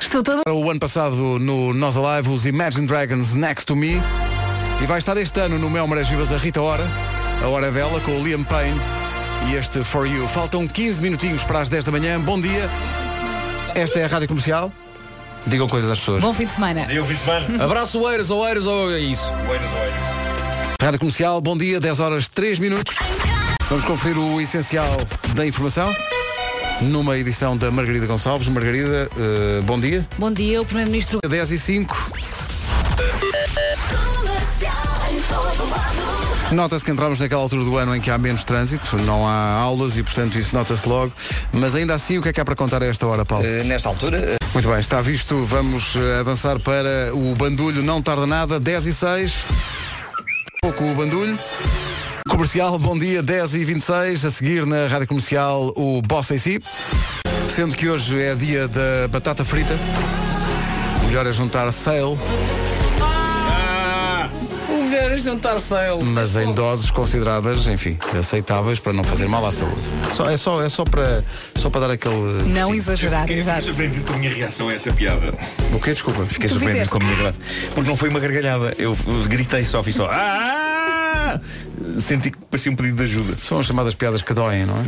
C: Estou toda...
A: O ano passado no Nós Alive, os Imagine Dragons Next to Me. E vai estar este ano no Mel Marés Vivas a Rita Hora, a hora é dela, com o Liam Payne e este For You. Faltam 15 minutinhos para as 10 da manhã. Bom dia. Esta é a Rádio Comercial. Digam coisas às pessoas.
C: Bom fim de semana.
J: Eu vi semana.
G: Abraço Oeiras, Oeiras, ou é isso?
J: Oeiras, Oeiras.
A: Rádio Comercial, bom dia, 10 horas 3 minutos. Vamos conferir o essencial da informação numa edição da Margarida Gonçalves. Margarida, eh, bom dia.
D: Bom dia, o Primeiro-Ministro
A: 10 e 5. Nota-se que entramos naquela altura do ano em que há menos trânsito, não há aulas e, portanto, isso nota-se logo. Mas ainda assim, o que é que há para contar a esta hora, Paulo?
B: Eh, nesta altura,
A: Muito bem, está visto. Vamos eh, avançar para o bandulho. Não tarda nada, 10 e 6. Pouco o bandulho. Comercial, bom dia, 10 e 26. A seguir na Rádio Comercial, o Bossa em Si. Sendo que hoje é dia da batata frita. O melhor é juntar sale,
K: O melhor é jantar sale.
A: mas em doses consideradas, enfim, aceitáveis para não fazer mal à saúde. Só- é só, é só, para, só para dar aquele...
C: Não exagerar,
J: Fiquei
C: exato.
J: surpreendido com a minha reação a essa piada.
A: O quê? Desculpa.
J: Fiquei
C: Tu
J: surpreendido
C: fizeste?
J: com a minha graça. Porque não foi uma gargalhada. Eu eu gritei só, fiz só. "Ah!" Senti que parecia um pedido de ajuda.
A: São as chamadas piadas que doem, não é?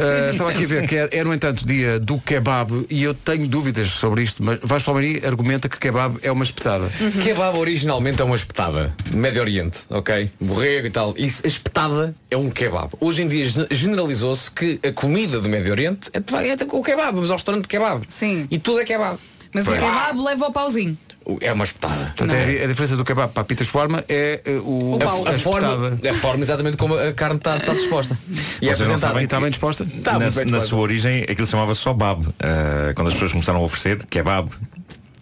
A: Ah, estava aqui a ver que é, é, no entanto, dia do kebab e eu tenho dúvidas sobre isto, mas Vasco Palmeirim argumenta que kebab é uma espetada.
G: Kebab originalmente é uma espetada. Médio Oriente, ok? Borrego e tal. Isso, a espetada é um kebab. Hoje em dia gen- generalizou-se que a comida do Médio Oriente é, é, é com o kebab. Vamos ao restaurante de kebab.
C: Sim.
G: E tudo é kebab.
C: Mas o
G: Pois.
C: kebab leva ao pauzinho.
G: É uma espetada.
A: Portanto, é a, a diferença do kebab para a pita shawarma é eh, o,
C: O pau.
A: a,
G: A forma,
A: espetada.
G: a forma exatamente como a carne está está disposta. E é
J: Vocês não
G: apresentada.
J: sabem
A: E está bem disposta?
G: Tá
J: na
G: muito bem
J: na
G: disposta.
J: sua origem, aquilo chamava-se só bab. Ah, quando as pessoas começaram a oferecer, que é bab.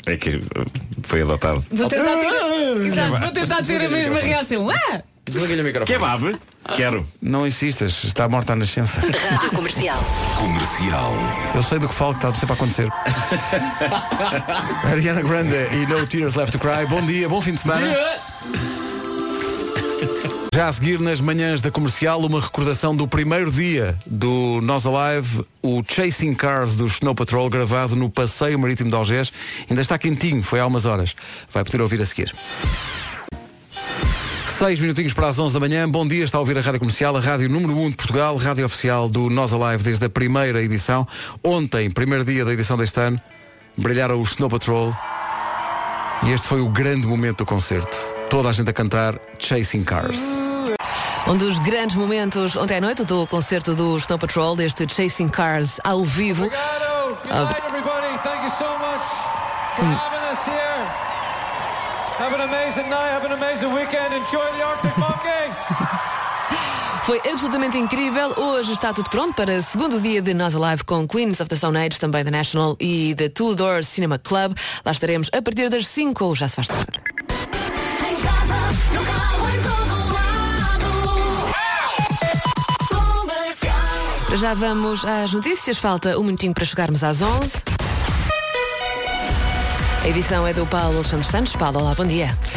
J: É que ah, foi adotado.
C: Vou tentar ter, Exato, vou tentar ter a mesma reação. Ah!
J: tá-
G: Desliga-lhe o microfone.
J: Kebab? é Quero.
A: Não insistas, está morta à nascença.
N: (laughs) Rádio Comercial.
J: Comercial.
A: Eu sei do que falo que está sempre a acontecer. Ariana Grande e No Tears Left to Cry. Bom dia, bom fim de semana. Já a seguir, nas manhãs da comercial, uma recordação do primeiro dia do Nós Alive, o Chasing Cars do Snow Patrol, gravado no Passeio Marítimo de Algés. Ainda está quentinho, foi há umas horas. Vai poder ouvir a seguir. Seis minutinhos para as 11 da manhã. Bom dia, está a ouvir a Rádio Comercial, a Rádio Número 1 de Portugal, Rádio Oficial do Nós Alive desde a primeira edição. Ontem, primeiro dia da edição deste ano, brilharam os Snow Patrol e este foi o grande momento do concerto. Toda a gente a cantar Chasing Cars.
O: Um dos grandes momentos ontem à noite do concerto do Snow Patrol, deste Chasing Cars ao vivo. Ah,
P: everybody. Thank you so much for having us here. Have an amazing night. Have an amazing weekend. Enjoy the Arctic Monkeys.
O: Foi absolutamente incrível. Hoje está tudo pronto para o segundo dia de Nós Alive com Queens of the Stone Age, também The National e The Two Doors Cinema Club. Lá estaremos a partir das 5, já se faz tarde. Para Já vamos às notícias. Falta um minutinho para chegarmos às 11. A edição é do Paulo Santos Santos. Paulo, olá, bom dia.